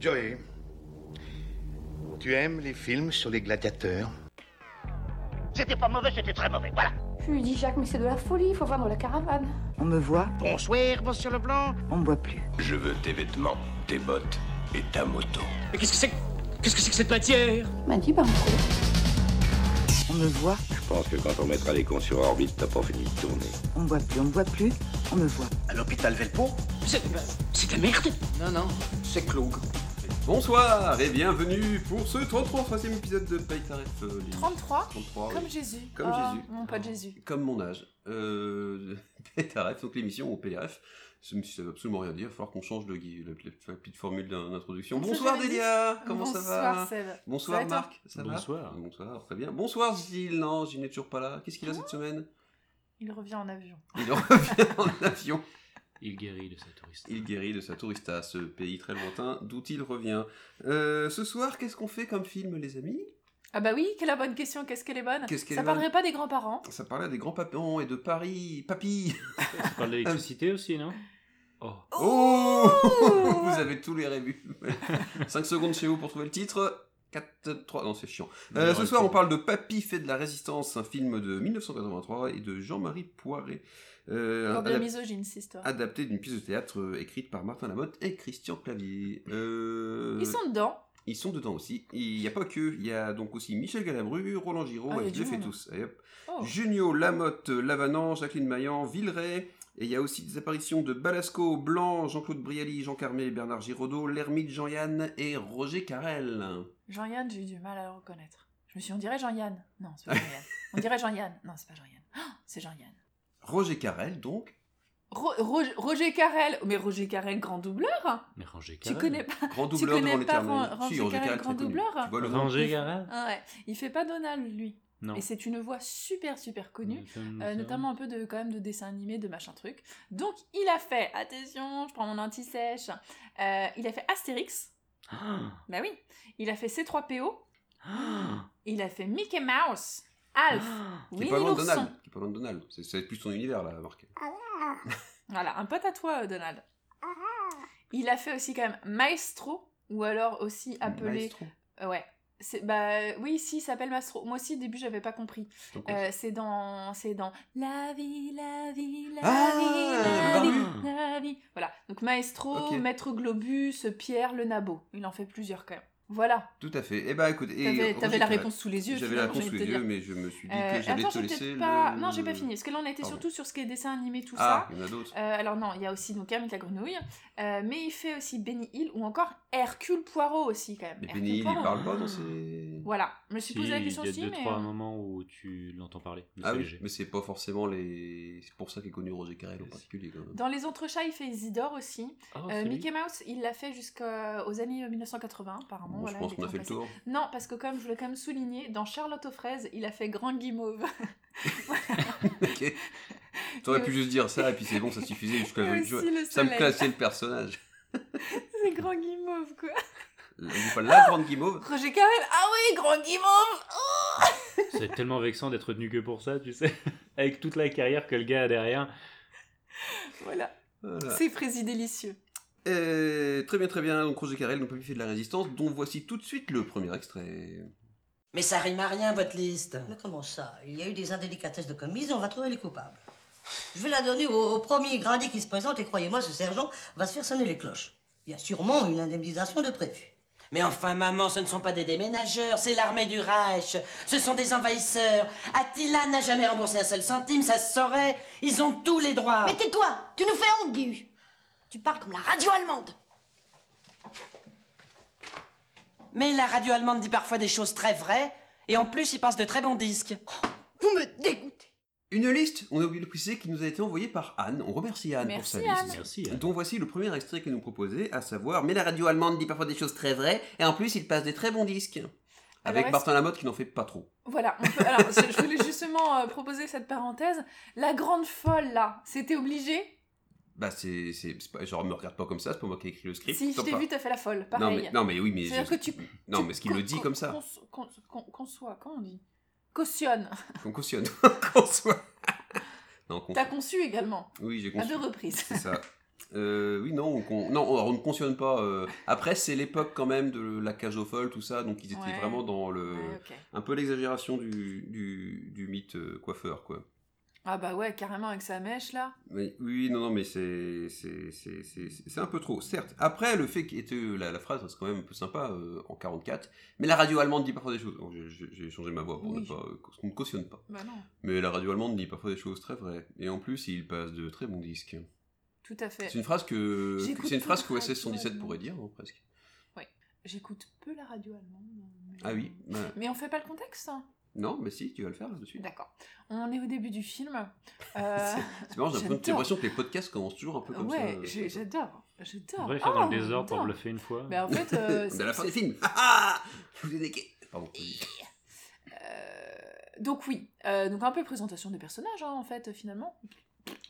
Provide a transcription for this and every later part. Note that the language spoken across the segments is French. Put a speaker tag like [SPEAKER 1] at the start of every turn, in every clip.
[SPEAKER 1] Joey, tu aimes les films sur les gladiateurs
[SPEAKER 2] C'était pas mauvais, c'était très mauvais, voilà.
[SPEAKER 3] Je lui dis, Jacques, mais c'est de la folie, il faut vendre la caravane.
[SPEAKER 4] On me voit,
[SPEAKER 2] Bonsoir, monsieur Leblanc.
[SPEAKER 4] on me voit plus.
[SPEAKER 5] Je veux tes vêtements, tes bottes et ta moto.
[SPEAKER 6] Mais qu'est-ce que c'est que- Qu'est-ce que c'est que cette matière
[SPEAKER 3] Il m'a dit, ben, on
[SPEAKER 4] On me voit,
[SPEAKER 5] Je pense que quand on mettra les cons sur orbite, t'as pas fini de tourner.
[SPEAKER 4] on me voit plus, on me voit plus, on me voit.
[SPEAKER 2] À l'hôpital Velpo
[SPEAKER 6] C'est c'est de la merde
[SPEAKER 7] Non, non, c'est Cloug.
[SPEAKER 8] Bonsoir et bienvenue pour ce 33e épisode de Paille Taref. euh, les-
[SPEAKER 9] 33
[SPEAKER 8] 33,
[SPEAKER 9] Comme
[SPEAKER 8] oui.
[SPEAKER 9] Jésus.
[SPEAKER 8] Comme
[SPEAKER 9] Ah,
[SPEAKER 8] Jésus.
[SPEAKER 9] Mon pote Jésus.
[SPEAKER 8] Comme mon âge. Euh, Paille Taref, donc l'émission au PRF. Ça me- ça veut absolument rien dire, il va falloir qu'on change de gui- la, la- la petite formule d'in- d'introduction.
[SPEAKER 9] Je
[SPEAKER 8] Bonsoir
[SPEAKER 9] l'avais dit.
[SPEAKER 8] Delia, comment ça
[SPEAKER 9] Bonsoir,
[SPEAKER 8] va
[SPEAKER 9] Seb.
[SPEAKER 8] Bonsoir
[SPEAKER 9] Ça va, toi
[SPEAKER 8] Marc, ça va
[SPEAKER 10] Bonsoir.
[SPEAKER 8] Bonsoir, très bien. Bonsoir Gilles, non, Gilles n'est toujours pas là. Qu'est-ce
[SPEAKER 9] Ah.
[SPEAKER 8] qu'il a cette semaine
[SPEAKER 9] Il revient en avion.
[SPEAKER 8] Il revient en avion.
[SPEAKER 10] Il guérit de sa touriste.
[SPEAKER 8] Il guérit de sa tourista, ce pays très lointain d'où il revient. Euh, ce soir, qu'est-ce qu'on fait comme film, les amis
[SPEAKER 9] Ah bah oui, quelle bonne question, qu'est-ce qu'elle est bonne
[SPEAKER 8] Qu'est-ce qu'elle
[SPEAKER 9] Ça
[SPEAKER 8] est
[SPEAKER 9] parlerait pas des grands-parents
[SPEAKER 8] Ça parlait des grands papillons et de Paris. Papy
[SPEAKER 10] Tu parles
[SPEAKER 8] Ah,
[SPEAKER 10] d'électricité aussi, non Oh.
[SPEAKER 8] Oh
[SPEAKER 9] Ouh
[SPEAKER 8] Vous avez tous les rébus. 5 secondes chez vous pour trouver le titre. 4, 3, non c'est chiant. Euh,
[SPEAKER 10] Meilleur
[SPEAKER 8] ce soir on
[SPEAKER 10] réponse.
[SPEAKER 8] parle de Papy fait de la résistance, un film de 1983 et de Jean-Marie Poiré. Euh,
[SPEAKER 9] Encore de la
[SPEAKER 8] adap-
[SPEAKER 9] misogyne, cette histoire.
[SPEAKER 8] adapté d'une pièce de théâtre euh, écrite par Martin Lamotte et Christian Clavier. Euh,
[SPEAKER 9] Ils sont dedans.
[SPEAKER 8] Ils sont dedans aussi. Il n'y a pas que. Il y a donc aussi Michel Galabru, Roland Giraud,
[SPEAKER 9] Ah, il y a
[SPEAKER 8] et
[SPEAKER 9] du
[SPEAKER 8] je fais
[SPEAKER 9] monde.
[SPEAKER 8] tous. Allez, hop.
[SPEAKER 9] Oh.
[SPEAKER 8] Junio, Lamotte, Lavanant, Jacqueline Maillan, Villeray. Et il y a aussi des apparitions de Balasco, Blanc, Jean-Claude Brialy, Jean Carmé, Bernard Giraudot, l'ermite Jean-Yann et Roger Carrel.
[SPEAKER 9] Jean-Yann, j'ai eu du mal à le reconnaître. Je me suis dit, on dirait Jean-Yann. Non, c'est pas Jean-Yann. on dirait Jean-Yann. Non, c'est pas Jean-Yann. Ah, c'est Jean-Yann.
[SPEAKER 8] Roger Carrel, donc.
[SPEAKER 9] Ro- Ro- Roger Carrel. Oh, Mais Roger Carrel, grand doubleur hein.
[SPEAKER 10] Mais Ranger
[SPEAKER 9] Tu connais pas
[SPEAKER 8] Grand
[SPEAKER 9] Tu
[SPEAKER 8] doubleur
[SPEAKER 9] connais
[SPEAKER 8] devant
[SPEAKER 9] pas
[SPEAKER 8] l'éternel.
[SPEAKER 9] Ran- Roger Carrel,
[SPEAKER 8] très
[SPEAKER 9] grand
[SPEAKER 8] connu.
[SPEAKER 9] doubleur
[SPEAKER 8] Tu vois le nom.
[SPEAKER 10] Ranger Garel
[SPEAKER 9] Ah ouais. Il fait pas Donald, lui.
[SPEAKER 10] Non.
[SPEAKER 9] Et c'est une voix super, super connue. Euh, notamment un peu de quand même de dessin animé de machin truc donc il a fait attention je prends mon anti sèche il a fait Astérix
[SPEAKER 10] Ah,
[SPEAKER 9] bah oui il a fait C3PO
[SPEAKER 10] ah,
[SPEAKER 9] il a fait Mickey Mouse Alf
[SPEAKER 10] ah.
[SPEAKER 8] Qui est
[SPEAKER 9] Winnie
[SPEAKER 8] pas loin de
[SPEAKER 9] l'ourson
[SPEAKER 8] Donald. Qui est pas loin de Donald. C'est- C'est plus son univers, là, Marc.
[SPEAKER 9] voilà un pote à toi euh, Donald il a fait aussi quand même Maestro ou alors aussi appelé
[SPEAKER 8] Maestro.
[SPEAKER 9] Euh, ouais c'est bah oui si il s'appelle Maestro moi aussi au début j'avais pas compris
[SPEAKER 8] Donc,
[SPEAKER 9] Euh, c'est dans c'est dans la vie la vie la
[SPEAKER 8] Ah,
[SPEAKER 9] vie la
[SPEAKER 8] le
[SPEAKER 9] vie
[SPEAKER 10] baron.
[SPEAKER 9] la vie voilà donc maestro
[SPEAKER 8] Ok.
[SPEAKER 9] maître globus Pierre le nabo il en fait plusieurs quand même voilà
[SPEAKER 8] Tout à fait. Eh ben, écoute. et
[SPEAKER 9] t'avais
[SPEAKER 8] Roger
[SPEAKER 9] t'avais la
[SPEAKER 8] Carrel.
[SPEAKER 9] réponse sous les yeux
[SPEAKER 8] J'avais la
[SPEAKER 9] finalement,
[SPEAKER 8] réponse
[SPEAKER 9] j'ai
[SPEAKER 8] sous
[SPEAKER 9] envie
[SPEAKER 8] les
[SPEAKER 9] de te
[SPEAKER 8] yeux,
[SPEAKER 9] dire.
[SPEAKER 8] mais je me suis dit
[SPEAKER 9] Euh,
[SPEAKER 8] que j'allais
[SPEAKER 9] attends
[SPEAKER 8] te
[SPEAKER 9] j'ai
[SPEAKER 8] laisser.
[SPEAKER 9] peut-être pas
[SPEAKER 8] le-
[SPEAKER 9] non j'ai pas fini parce que là on était
[SPEAKER 8] Pardon.
[SPEAKER 9] surtout sur ce qui est dessin animé tout ça
[SPEAKER 8] Ah, il y en a d'autres.
[SPEAKER 9] Euh, alors non, il y a aussi donc Kermit la grenouille, euh, mais il fait aussi Benny Hill ou encore Hercule Poirot aussi quand même.
[SPEAKER 8] Mais
[SPEAKER 9] Hercule
[SPEAKER 8] Benny Hill, il
[SPEAKER 9] Poirot.
[SPEAKER 8] parle pas dans ses.
[SPEAKER 9] Voilà, je me suis
[SPEAKER 10] Si,
[SPEAKER 9] posé la
[SPEAKER 10] il
[SPEAKER 9] question
[SPEAKER 10] y a
[SPEAKER 9] aussi,
[SPEAKER 10] deux,
[SPEAKER 9] mais
[SPEAKER 10] trois
[SPEAKER 9] euh,
[SPEAKER 10] moments où tu l'entends parler. mais
[SPEAKER 8] Ah
[SPEAKER 10] c'est
[SPEAKER 8] oui,
[SPEAKER 10] léger.
[SPEAKER 8] mais c'est pas forcément les. C'est pour ça qu'est connu Roger Carrel en particulier quand même.
[SPEAKER 9] dans les autres chats, il fait Isidore aussi.
[SPEAKER 10] Ah,
[SPEAKER 9] Euh,
[SPEAKER 10] c'est lui.
[SPEAKER 9] Mickey Mouse, il l'a fait jusqu'aux années euh, 1980 apparemment.
[SPEAKER 8] Bon,
[SPEAKER 9] voilà,
[SPEAKER 8] je pense
[SPEAKER 9] il
[SPEAKER 8] qu'on a
[SPEAKER 9] était
[SPEAKER 8] fait le
[SPEAKER 9] en
[SPEAKER 8] tour.
[SPEAKER 9] place. Non, parce que comme je voulais quand même souligner, dans Charlotte aux fraises, il a fait Grand Guimauve.
[SPEAKER 8] ok. T'aurais pu juste dire ça et puis c'est bon, ça suffisait
[SPEAKER 9] Et
[SPEAKER 8] jusqu'à.
[SPEAKER 9] aussi
[SPEAKER 8] je-
[SPEAKER 9] le
[SPEAKER 8] Ça me
[SPEAKER 9] soleil.
[SPEAKER 8] classait le personnage.
[SPEAKER 9] C'est Grand Guimauve quoi.
[SPEAKER 8] La- enfin, la grande guimauve.
[SPEAKER 9] Roger Carrel, ah oui, Grand Guimauve oh
[SPEAKER 10] C'est tellement vexant d'être retenu que pour ça, tu sais. Avec toute la carrière que le gars a derrière.
[SPEAKER 9] Ah, Voilà,
[SPEAKER 8] Voilà.
[SPEAKER 9] c'est précis délicieux.
[SPEAKER 8] Euh, Très bien, très bien. Donc Roger Carrel, donc pas fait de la résistance, dont voici tout de suite le premier extrait.
[SPEAKER 11] Mais ça rime à rien, votre liste.
[SPEAKER 4] Mais comment ça Il y a eu des indélicatesses de commise, on va trouver les coupables. Je vais la donner au, au premier gradé qui se présente et croyez-moi, ce sergent va se faire sonner les cloches. Il y a sûrement une indemnisation de prévu.
[SPEAKER 11] Mais enfin, maman, ce ne sont pas des déménageurs, c'est l'armée du Reich. Ce sont des envahisseurs. Attila n'a jamais remboursé un seul centime, ça se saurait. Ils ont tous les droits.
[SPEAKER 4] Mais tais-toi Tu nous fais honte, Guy Tu parles comme la radio allemande
[SPEAKER 11] Mais la radio allemande dit parfois des choses très vraies. Et en plus, ils passent de très bons disques.
[SPEAKER 4] Vous me dégoûtez
[SPEAKER 8] Une liste, on a oublié de préciser, qui nous a été envoyée par Anne. On remercie Anne
[SPEAKER 9] Merci,
[SPEAKER 8] pour sa liste.
[SPEAKER 9] Anne.
[SPEAKER 10] Merci. hein.
[SPEAKER 8] dont voici le premier extrait qu'elle nous proposait, à savoir Mais la radio allemande dit parfois des choses très vraies, et en plus il passe des très bons disques.
[SPEAKER 9] Alors,
[SPEAKER 8] Avec
[SPEAKER 9] est-ce
[SPEAKER 8] Martin Lamotte qui n'en fait pas trop.
[SPEAKER 9] Voilà, on peut- alors je, je voulais justement euh, proposer cette parenthèse. La grande folle là, c'était obligé
[SPEAKER 8] Bah c'est. c'est- c'est pas- Genre, me regarde pas comme ça, c'est pas moi qui ai écrit le script.
[SPEAKER 9] Si je
[SPEAKER 8] t'en
[SPEAKER 9] t'ai
[SPEAKER 8] pas.
[SPEAKER 9] vu, t'as fait la folle,
[SPEAKER 8] non,
[SPEAKER 9] pareil.
[SPEAKER 8] mais, non mais oui, mais.
[SPEAKER 9] C'est-à-dire
[SPEAKER 8] je-
[SPEAKER 9] que tu-
[SPEAKER 8] Non,
[SPEAKER 9] Tu-
[SPEAKER 8] mais ce qu'il le
[SPEAKER 9] co-
[SPEAKER 8] dit
[SPEAKER 9] co-
[SPEAKER 8] comme ça,
[SPEAKER 9] cons- cons- cons- Conçoit, comment on dit Cautionne.
[SPEAKER 8] qu'on cautionne. qu'on soit. non, qu'on.
[SPEAKER 9] T'as conçu également,
[SPEAKER 8] Oui, j'ai
[SPEAKER 9] à
[SPEAKER 8] conçu.
[SPEAKER 9] deux reprises.
[SPEAKER 8] C'est ça. Euh, oui, non, on, con- non, alors on ne cautionne pas. euh. Après, c'est l'époque quand même de la cage aux folles, tout ça, donc ils étaient
[SPEAKER 9] Ouais.
[SPEAKER 8] vraiment dans le,
[SPEAKER 9] Ouais,
[SPEAKER 10] Ah,
[SPEAKER 9] ok.
[SPEAKER 8] un peu l'exagération du, du, du mythe euh, coiffeur, quoi.
[SPEAKER 9] Ah bah ouais, carrément avec sa mèche là.
[SPEAKER 8] Oui, oui, non, non, mais c'est c'est- c'est- c'est- c'est un peu trop, certes. Après, le fait que était la, la phrase reste quand même un peu sympa euh, en 44, mais la radio allemande dit parfois des choses. Oh, j'ai- J'ai j'ai changé ma voix pour
[SPEAKER 9] Oui.
[SPEAKER 8] ne pas euh, qu'on ne cautionne pas.
[SPEAKER 9] Bah non,
[SPEAKER 8] Mais la radio allemande dit parfois des choses très vraies. Et en plus, il passe de très bons disques.
[SPEAKER 9] tout à fait.
[SPEAKER 8] C'est une phrase que
[SPEAKER 9] J'écoute
[SPEAKER 8] c'est une
[SPEAKER 9] pas
[SPEAKER 8] phrase
[SPEAKER 9] la
[SPEAKER 8] que OSS
[SPEAKER 9] radio
[SPEAKER 8] 117
[SPEAKER 9] allemande.
[SPEAKER 8] pourrait dire, hein, presque.
[SPEAKER 9] J'écoute peu la radio allemande. mais-
[SPEAKER 8] Ah oui. bah,
[SPEAKER 9] Mais on fait pas le contexte hein
[SPEAKER 8] non, mais si, tu vas le faire là tout de suite.
[SPEAKER 9] D'accord. On est au début du film. Euh,
[SPEAKER 8] C'est marrant, j'ai l'impression-
[SPEAKER 9] J'adore.
[SPEAKER 8] j'ai l'impression que les podcasts commencent toujours un peu comme ça.
[SPEAKER 9] ouais,
[SPEAKER 8] euh,
[SPEAKER 9] j'ai-
[SPEAKER 8] comme ça.
[SPEAKER 9] j'adore. J'adore.
[SPEAKER 10] On devrait faire dans
[SPEAKER 9] Oh,
[SPEAKER 10] le désordre pour
[SPEAKER 9] j'adore.
[SPEAKER 10] bluffer une fois.
[SPEAKER 9] Mais en fait, euh,
[SPEAKER 8] On est à la fin
[SPEAKER 9] c'est-
[SPEAKER 8] des films. Ah, ah Je vous ai niqué. Pardon. vas-y.
[SPEAKER 9] Euh, donc oui, Euh, donc un peu présentation des personnages hein, en fait finalement.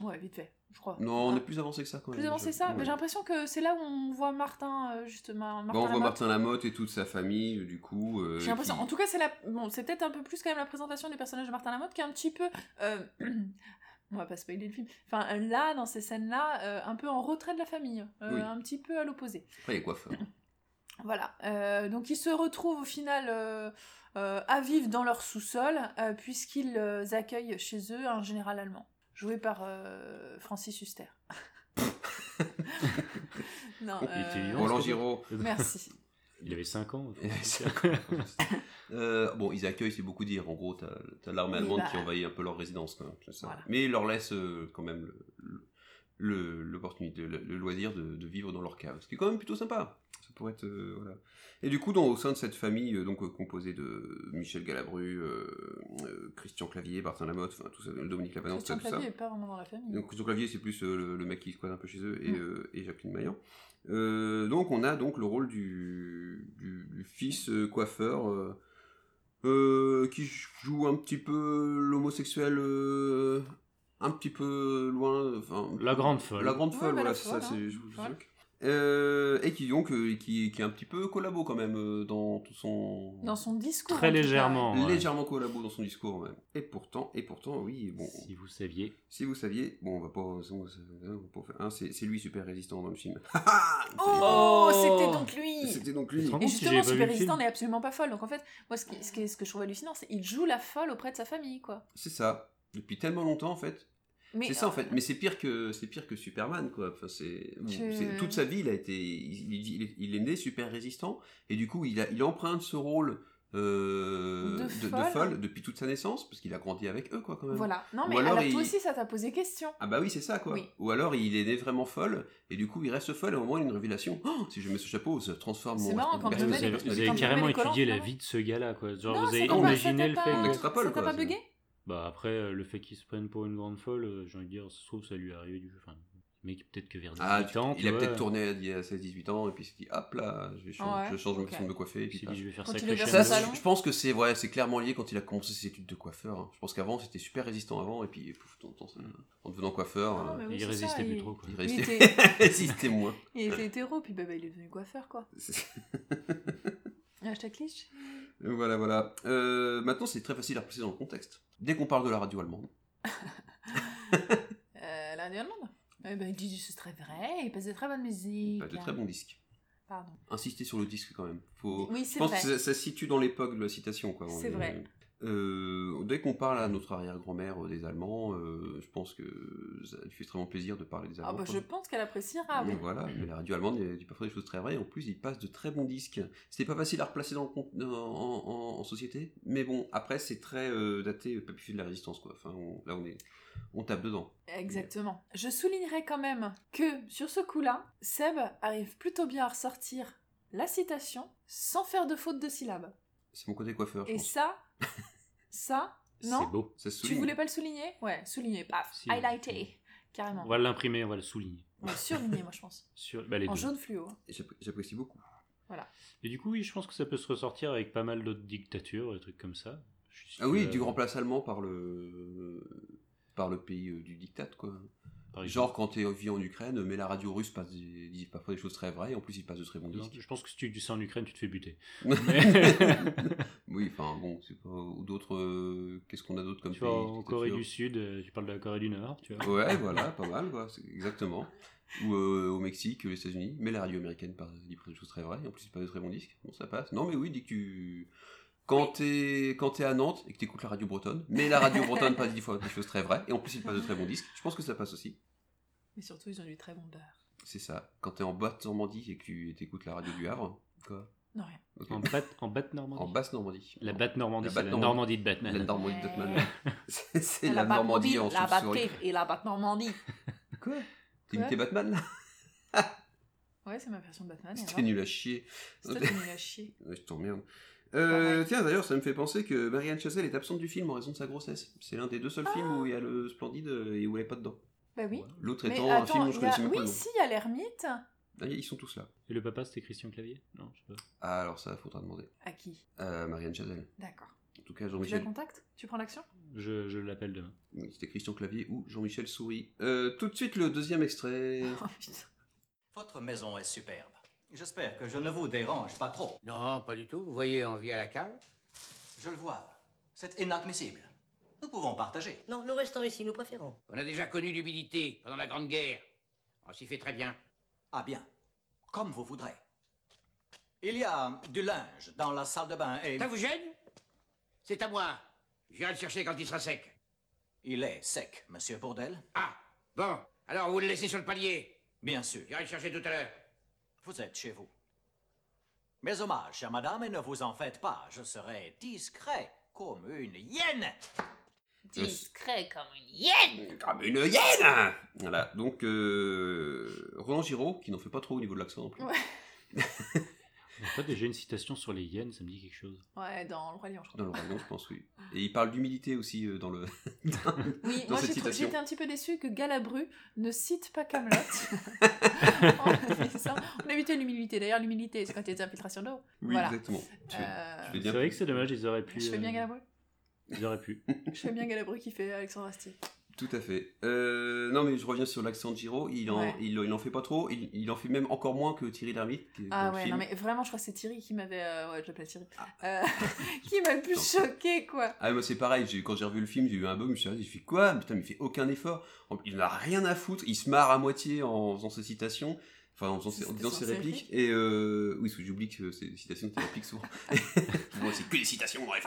[SPEAKER 9] Ouais, vite fait, je crois.
[SPEAKER 8] Non, on
[SPEAKER 9] Hein.
[SPEAKER 8] est plus avancé que ça quand même.
[SPEAKER 9] plus avancé
[SPEAKER 8] déjà.
[SPEAKER 9] ça, bah, mais
[SPEAKER 8] Ouais.
[SPEAKER 9] j'ai l'impression que c'est là où on voit Martin euh, justement. Martin
[SPEAKER 8] Bon, on voit
[SPEAKER 9] Lamotte.
[SPEAKER 8] Martin Lamotte et toute sa famille, du coup. euh,
[SPEAKER 9] J'ai l'impression.
[SPEAKER 8] qui-
[SPEAKER 9] En tout cas, c'est la... bon, c'est peut-être un peu plus quand même la présentation des personnages de Martin Lamotte qui est un petit peu. euh, On va pas spoiler le film. Enfin, là, dans ces scènes-là, euh, un peu en retrait de la famille, euh,
[SPEAKER 8] Oui.
[SPEAKER 9] un petit peu à l'opposé.
[SPEAKER 8] Après, il y a coiffeur.
[SPEAKER 9] Voilà. Euh, donc ils se retrouvent au final euh, euh, à vivre dans leur sous-sol, euh, puisqu'ils euh, accueillent chez eux un général allemand, joué par euh, Francis Huster. non,
[SPEAKER 10] Il était
[SPEAKER 9] euh,
[SPEAKER 10] évident,
[SPEAKER 8] Roland Giraud.
[SPEAKER 9] Merci.
[SPEAKER 10] Il avait 5 ans. je crois.
[SPEAKER 8] C'est incroyable. Euh, bon, ils accueillent, c'est beaucoup dire. En gros, t'as t'as l'armée
[SPEAKER 9] Oui,
[SPEAKER 8] allemande
[SPEAKER 9] bah.
[SPEAKER 8] qui envahit un peu leur résidence, quand même. c'est ça.
[SPEAKER 9] Voilà.
[SPEAKER 8] Mais ils leur laissent euh, quand même le- le- l'opportunité, le, le loisir de, de vivre dans leur cave. Ce qui est quand même plutôt sympa. Ça pourrait être. euh, voilà. Et du coup, dans, au sein de cette famille, euh, donc euh, composée de Michel Galabru, euh, euh, Christian Clavier, Martin Lamotte, enfin, tout ça, Dominique Lavanance, tout ça,
[SPEAKER 9] Christian
[SPEAKER 8] tout ça.
[SPEAKER 9] Clavier est pas vraiment dans la famille.
[SPEAKER 8] Donc Christian Clavier, c'est plus euh, le, le mec qui squatte un peu chez eux, et,
[SPEAKER 9] Mm.
[SPEAKER 8] euh, et Jacqueline Maillan. Euh, donc on a donc le rôle du, du- du fils euh, coiffeur euh, euh, qui joue un petit peu l'homosexuel, euh, un petit peu loin, enfin
[SPEAKER 10] La grande folle.
[SPEAKER 8] la grande
[SPEAKER 9] Ouais,
[SPEAKER 8] folle,
[SPEAKER 9] bah,
[SPEAKER 8] voilà,
[SPEAKER 9] la
[SPEAKER 8] c'est ça,
[SPEAKER 9] folle,
[SPEAKER 8] c'est
[SPEAKER 9] hein,
[SPEAKER 8] je vous- je vous
[SPEAKER 9] folle.
[SPEAKER 8] truc. Euh, et qui donc euh, qui, qui est un petit peu collabo quand même euh, dans tout son
[SPEAKER 9] Dans son discours. en
[SPEAKER 10] Très
[SPEAKER 9] tout cas.
[SPEAKER 10] légèrement.
[SPEAKER 9] hein.
[SPEAKER 10] ouais.
[SPEAKER 8] légèrement collabo dans son discours même. Et pourtant et pourtant oui bon
[SPEAKER 10] Si vous saviez.
[SPEAKER 8] si vous saviez, bon, on va pas. on va- on va pas faire- hein, c'est c'est lui super résistant dans le film. Ha, ha
[SPEAKER 9] Oh,
[SPEAKER 10] Oh
[SPEAKER 9] c'était donc lui.
[SPEAKER 8] C'était donc
[SPEAKER 10] Tu
[SPEAKER 8] lui.
[SPEAKER 10] te rends
[SPEAKER 9] Et
[SPEAKER 10] compte si j'avais
[SPEAKER 9] justement,
[SPEAKER 10] pas vu
[SPEAKER 9] Super
[SPEAKER 10] le
[SPEAKER 9] Résistant
[SPEAKER 10] film
[SPEAKER 9] n'est absolument pas folle. Donc en fait, moi, ce, qui, ce, qui- ce que je trouve hallucinant, c'est qu'il joue la folle auprès de sa famille, quoi.
[SPEAKER 8] C'est ça. Depuis tellement longtemps, en fait.
[SPEAKER 9] Mais euh,
[SPEAKER 8] C'est ça, en fait. Mais c'est pire que c'est pire que Superman, quoi. Enfin, c'est ou-
[SPEAKER 9] Tu-
[SPEAKER 8] c'est- toute sa vie, il a été. Il, il- il- il est né super résistant, et du coup, il a, il emprunte ce rôle euh,
[SPEAKER 9] De
[SPEAKER 8] de, de
[SPEAKER 9] folle.
[SPEAKER 8] folle depuis toute sa naissance, parce qu'il a grandi avec eux, quoi, quand même.
[SPEAKER 9] Voilà. Non,
[SPEAKER 8] Ou
[SPEAKER 9] mais
[SPEAKER 8] alors
[SPEAKER 9] alors,
[SPEAKER 8] il-
[SPEAKER 9] toi aussi, ça t'a posé question.
[SPEAKER 8] Ah bah oui, c'est ça quoi.
[SPEAKER 9] Oui.
[SPEAKER 8] Ou alors il est né vraiment folle et du coup il reste folle et au moment il y a une révélation. Oh, si je mets ce chapeau, ça transforme mon
[SPEAKER 9] C'est marrant,
[SPEAKER 8] mon
[SPEAKER 9] quand
[SPEAKER 10] Vous
[SPEAKER 9] Parce que
[SPEAKER 10] avez,
[SPEAKER 9] Bah,
[SPEAKER 8] personnalité.
[SPEAKER 9] c'est-
[SPEAKER 10] vous
[SPEAKER 9] parce que
[SPEAKER 10] avez
[SPEAKER 9] quand tu mets
[SPEAKER 10] carrément
[SPEAKER 9] les collants,
[SPEAKER 10] étudié la
[SPEAKER 9] vraiment.
[SPEAKER 10] vie de ce gars-là, quoi. Genre,
[SPEAKER 9] Non,
[SPEAKER 10] vous avez
[SPEAKER 9] ça t'a pas-
[SPEAKER 10] imaginé le
[SPEAKER 9] ça t'a
[SPEAKER 10] fait
[SPEAKER 9] pas-
[SPEAKER 8] On
[SPEAKER 10] que.
[SPEAKER 8] extrapole,
[SPEAKER 9] Ça t'a
[SPEAKER 8] quoi,
[SPEAKER 9] pas
[SPEAKER 8] c'est-
[SPEAKER 9] bugué
[SPEAKER 10] Bah, après, euh, le fait qu'il se prenne pour une grande folle, euh, j'ai envie de dire, ça se trouve, ça lui est arrivé du. Enfin, mais peut-être que vers 18
[SPEAKER 8] Ah, tu-
[SPEAKER 10] ans.
[SPEAKER 8] il a
[SPEAKER 10] tu vois,
[SPEAKER 8] peut-être tourné il y a 16-18 ans et puis il s'est dit hop là, je, vais changer,
[SPEAKER 9] Ouais,
[SPEAKER 8] je change
[SPEAKER 9] ok.
[SPEAKER 8] ma façon de me coiffer. Et
[SPEAKER 10] il
[SPEAKER 8] puis
[SPEAKER 10] s'est
[SPEAKER 8] paf.
[SPEAKER 10] dit, je vais faire
[SPEAKER 9] Quand
[SPEAKER 10] ça
[SPEAKER 9] il
[SPEAKER 10] que
[SPEAKER 9] est
[SPEAKER 10] chez
[SPEAKER 9] vers
[SPEAKER 8] ça,
[SPEAKER 10] moi.
[SPEAKER 9] son salon.
[SPEAKER 8] je pense que c'est ouais, c'est clairement lié quand il a commencé ses études de coiffeur. hein. Je pense qu'avant c'était super résistant avant et puis pouf, ton- ton- en devenant coiffeur,
[SPEAKER 9] Non,
[SPEAKER 8] euh,
[SPEAKER 9] Ah, mais oui,
[SPEAKER 10] Il
[SPEAKER 9] c'est ça,
[SPEAKER 10] résistait plus
[SPEAKER 9] il-
[SPEAKER 10] trop, quoi.
[SPEAKER 8] il
[SPEAKER 9] Il
[SPEAKER 8] résistait,
[SPEAKER 9] était,
[SPEAKER 8] résistait moins.
[SPEAKER 9] il était hétéro, puis bah, bah, il est devenu coiffeur, quoi. Hashtag cliché.
[SPEAKER 8] voilà, voilà. Euh, maintenant c'est très facile à placer dans le contexte. Dès qu'on parle de la radio allemande.
[SPEAKER 9] Euh, la radio allemande Eh ben, il dit c'est très vrai, il passe de très bonnes musiques. hein.
[SPEAKER 8] Bah, de très bons disques.
[SPEAKER 9] Pardon.
[SPEAKER 8] Insister sur le disque quand même. Faut...
[SPEAKER 9] Oui,
[SPEAKER 8] Je
[SPEAKER 9] c'est
[SPEAKER 8] pense
[SPEAKER 9] vrai. Ah,
[SPEAKER 8] que ça, ça se situe dans l'époque de la citation. quoi. On
[SPEAKER 9] C'est
[SPEAKER 8] est-
[SPEAKER 9] vrai.
[SPEAKER 8] Euh, dès qu'on parle à notre arrière-grand-mère euh, des Allemands, euh, je pense que ça lui fait extrêmement plaisir de parler des
[SPEAKER 9] Ah,
[SPEAKER 8] Allemands.
[SPEAKER 9] bah,
[SPEAKER 8] quoi.
[SPEAKER 9] je pense qu'elle appréciera. oui.
[SPEAKER 8] Donc Voilà, mais la radio allemande elle dit parfois des choses très vraies. En plus, il passe de très bons disques. C'était pas facile à replacer dans le con- en, en- en- en société, mais bon, après c'est très euh, daté euh, Papy fait de la résistance quoi. Enfin, on- là on est, on tape dedans.
[SPEAKER 9] Exactement. Je soulignerai quand même que sur ce coup-là, Seb arrive plutôt bien à ressortir la citation sans faire de faute de syllabes.
[SPEAKER 8] C'est mon côté coiffeur. Je
[SPEAKER 9] Et
[SPEAKER 8] pense.
[SPEAKER 9] ça, ça, non
[SPEAKER 10] C'est beau.
[SPEAKER 8] Ça se
[SPEAKER 9] Tu
[SPEAKER 8] souligne.
[SPEAKER 9] voulais pas le souligner Ouais, souligner,
[SPEAKER 8] Ah,
[SPEAKER 9] paf,
[SPEAKER 10] Si.
[SPEAKER 9] highlighté, carrément.
[SPEAKER 10] On va l'imprimer, on va le souligner.
[SPEAKER 9] Ouais, surligné, moi, je pense.
[SPEAKER 10] Sur... bah, les
[SPEAKER 9] en
[SPEAKER 10] deux.
[SPEAKER 9] jaune fluo.
[SPEAKER 8] Et j'appré- J'apprécie beaucoup.
[SPEAKER 10] Et du coup, oui, je pense que ça peut se ressortir avec pas mal d'autres dictatures, des trucs comme ça. Je suis sûr
[SPEAKER 8] Ah oui,
[SPEAKER 10] que-
[SPEAKER 8] du grand place allemand par le par le pays euh, du euh, diktat quoi.
[SPEAKER 10] par exemple.
[SPEAKER 8] Genre quand tu vis en Ukraine, mais la radio russe passe des- dit parfois des choses très vraies, et en plus ils passent de très bons
[SPEAKER 10] Non,
[SPEAKER 8] disques.
[SPEAKER 10] je pense que si tu dis ça en Ukraine, tu te fais buter.
[SPEAKER 8] oui, enfin bon, c'est pas... Ou d'autres... euh, Qu'est-ce qu'on a d'autre comme
[SPEAKER 10] Tu vois, en
[SPEAKER 8] dictature
[SPEAKER 10] Corée du Sud, euh, tu parles de la Corée du Nord, tu vois.
[SPEAKER 8] Ouais, voilà, pas mal, quoi, c'est- exactement. Ou euh, au Mexique, aux États-Unis, mais la radio américaine par- dit pas des choses très vraies, en plus c'est pas de très bons disques, bon ça passe. Non mais oui, dès que tu. Quand t'es quand t'es à Nantes et que t'écoutes la radio bretonne, mais la radio bretonne passe dix fois des choses très vraies, et en plus il passe de très bons disques, je pense que ça passe aussi.
[SPEAKER 9] Mais surtout, ils ont du très bon beurre.
[SPEAKER 8] C'est ça. Quand t'es en basse Normandie et que tu écoutes la radio du Havre, quoi.
[SPEAKER 9] Non, rien.
[SPEAKER 8] Ok.
[SPEAKER 10] En batte en batte Normandie.
[SPEAKER 8] En basse Normandie.
[SPEAKER 10] La batte Normandie,
[SPEAKER 8] La
[SPEAKER 10] c'est
[SPEAKER 8] batte
[SPEAKER 10] la
[SPEAKER 8] Normandie.
[SPEAKER 10] Normandie de
[SPEAKER 8] La
[SPEAKER 10] Batman.
[SPEAKER 8] Normandie de Batman. C'est- C'est
[SPEAKER 9] Et
[SPEAKER 8] la,
[SPEAKER 9] batte
[SPEAKER 8] Normandie
[SPEAKER 9] mobile,
[SPEAKER 8] en
[SPEAKER 9] La batte
[SPEAKER 8] chauve-souris.
[SPEAKER 9] et la batte Normandie.
[SPEAKER 8] Quoi T'as
[SPEAKER 9] Quoi
[SPEAKER 8] imité Batman
[SPEAKER 9] Ah,
[SPEAKER 8] là
[SPEAKER 9] Ouais, c'est ma version de Batman. et
[SPEAKER 8] C'était
[SPEAKER 9] alors
[SPEAKER 8] nul à chier.
[SPEAKER 9] C'est toi qui me l'as chier.
[SPEAKER 8] Ouais, Je t'emmerde. Euh,
[SPEAKER 9] Pareil.
[SPEAKER 8] tiens, d'ailleurs, ça me fait penser que Marianne Chazelle est absente du film en raison de sa grossesse. C'est l'un des deux seuls films où il y a le Splendide et où elle est pas dedans.
[SPEAKER 9] Bah oui.
[SPEAKER 8] L'autre
[SPEAKER 9] Mais
[SPEAKER 8] étant un film
[SPEAKER 9] attends,
[SPEAKER 8] où je
[SPEAKER 9] il y a...
[SPEAKER 8] connaissais même pas le
[SPEAKER 9] oui,
[SPEAKER 8] nom.
[SPEAKER 9] si, il y a l'ermite.
[SPEAKER 8] Ah, Ils sont tous là.
[SPEAKER 10] Et le papa, c'était Christian Clavier Non, je sais pas.
[SPEAKER 8] Ah, alors ça, faudra demander.
[SPEAKER 9] À qui
[SPEAKER 8] Euh, Marianne Chazelle.
[SPEAKER 9] D'accord.
[SPEAKER 8] En tout cas,
[SPEAKER 9] Tu la
[SPEAKER 8] Jean-Michel.
[SPEAKER 9] contactes Tu prends l'action
[SPEAKER 10] Je, je l'appelle demain.
[SPEAKER 8] Oui, C'était Christian Clavier ou Jean-Michel Souris. Euh, tout de suite, le deuxième extrait.
[SPEAKER 9] Oh putain.
[SPEAKER 11] Votre maison est superbe. J'espère que je ne vous dérange pas trop.
[SPEAKER 2] Non, pas du tout. Vous voyez, on vit à la cave.
[SPEAKER 11] Je le vois. C'est inadmissible. Nous pouvons partager.
[SPEAKER 4] Non, nous restons ici, nous préférons.
[SPEAKER 2] On a déjà connu l'humidité pendant la Grande Guerre. On s'y fait très bien.
[SPEAKER 11] Ah bien. Comme vous voudrez. Il y a du linge dans la salle de bain et
[SPEAKER 2] Ça vous gêne C'est à moi. Je viens le chercher quand il sera sec.
[SPEAKER 11] il est sec, monsieur Bourdel.
[SPEAKER 2] Ah, bon. Alors vous le laissez sur le palier.
[SPEAKER 11] Bien sûr.
[SPEAKER 2] Je viens le chercher tout à l'heure.
[SPEAKER 11] Vous êtes chez vous. Mes hommages, chère madame, et ne vous en faites pas. Je serai discret comme une hyène.
[SPEAKER 8] Discret comme une hyène Comme une hyène Voilà, donc euh, Roland Giraud, qui n'en fait pas trop au niveau de l'accent non plus.
[SPEAKER 9] Ouais.
[SPEAKER 10] En fait, déjà une citation sur les hyènes, ça me dit quelque chose.
[SPEAKER 9] Ouais, dans le Roi Lion, je crois.
[SPEAKER 8] Dans le Roi Lion, je pense, oui. Et il parle d'humilité aussi euh, dans le.
[SPEAKER 9] Oui,
[SPEAKER 8] dans cette
[SPEAKER 9] moi j'ai trou-
[SPEAKER 8] citation.
[SPEAKER 9] j'étais un petit peu déçue que Galabru ne cite pas Camelot. on, a fait ça. On a évité l'humilité. D'ailleurs, l'humilité, c'est quand il y a des infiltrations d'eau.
[SPEAKER 8] Oui,
[SPEAKER 9] Voilà.
[SPEAKER 8] exactement. Tu veux-
[SPEAKER 9] Euh,
[SPEAKER 8] tu veux
[SPEAKER 10] C'est
[SPEAKER 8] dire
[SPEAKER 10] vrai que c'est dommage, ils auraient pu.
[SPEAKER 9] je fais bien
[SPEAKER 10] euh,
[SPEAKER 9] Galabru.
[SPEAKER 10] Ils auraient pu.
[SPEAKER 9] Je fais bien Galabru qui fait Alexandre Astier.
[SPEAKER 8] Tout à fait. Euh, non, mais je reviens sur l'accent de Giraud. Il en,
[SPEAKER 9] Ouais.
[SPEAKER 8] il, il en fait pas trop. Il, il en fait même encore moins que Thierry Lhermitte. qui est
[SPEAKER 9] Ah
[SPEAKER 8] dans le
[SPEAKER 9] ouais,
[SPEAKER 8] film.
[SPEAKER 9] non mais vraiment, je crois que c'est Thierry qui m'avait. euh, ouais, je l'appelle Thierry.
[SPEAKER 8] Ah.
[SPEAKER 9] Euh, qui m'a le plus
[SPEAKER 8] Putain.
[SPEAKER 9] choqué, quoi.
[SPEAKER 8] Ah, moi, c'est pareil. j'ai- Quand j'ai revu le film, j'ai eu un bug. Je me suis dit, je fais quoi Putain, mais il fait aucun effort. En- Il n'a rien à foutre. Il se marre à moitié en faisant ses citations. Enfin, en, faisant ses- en
[SPEAKER 9] C'était
[SPEAKER 8] disant ses
[SPEAKER 9] censé
[SPEAKER 8] répliques. Et euh, oui, parce que j'oublie que c'est des citations, c'est des répliques souvent. Moi, c'est que des citations, bref.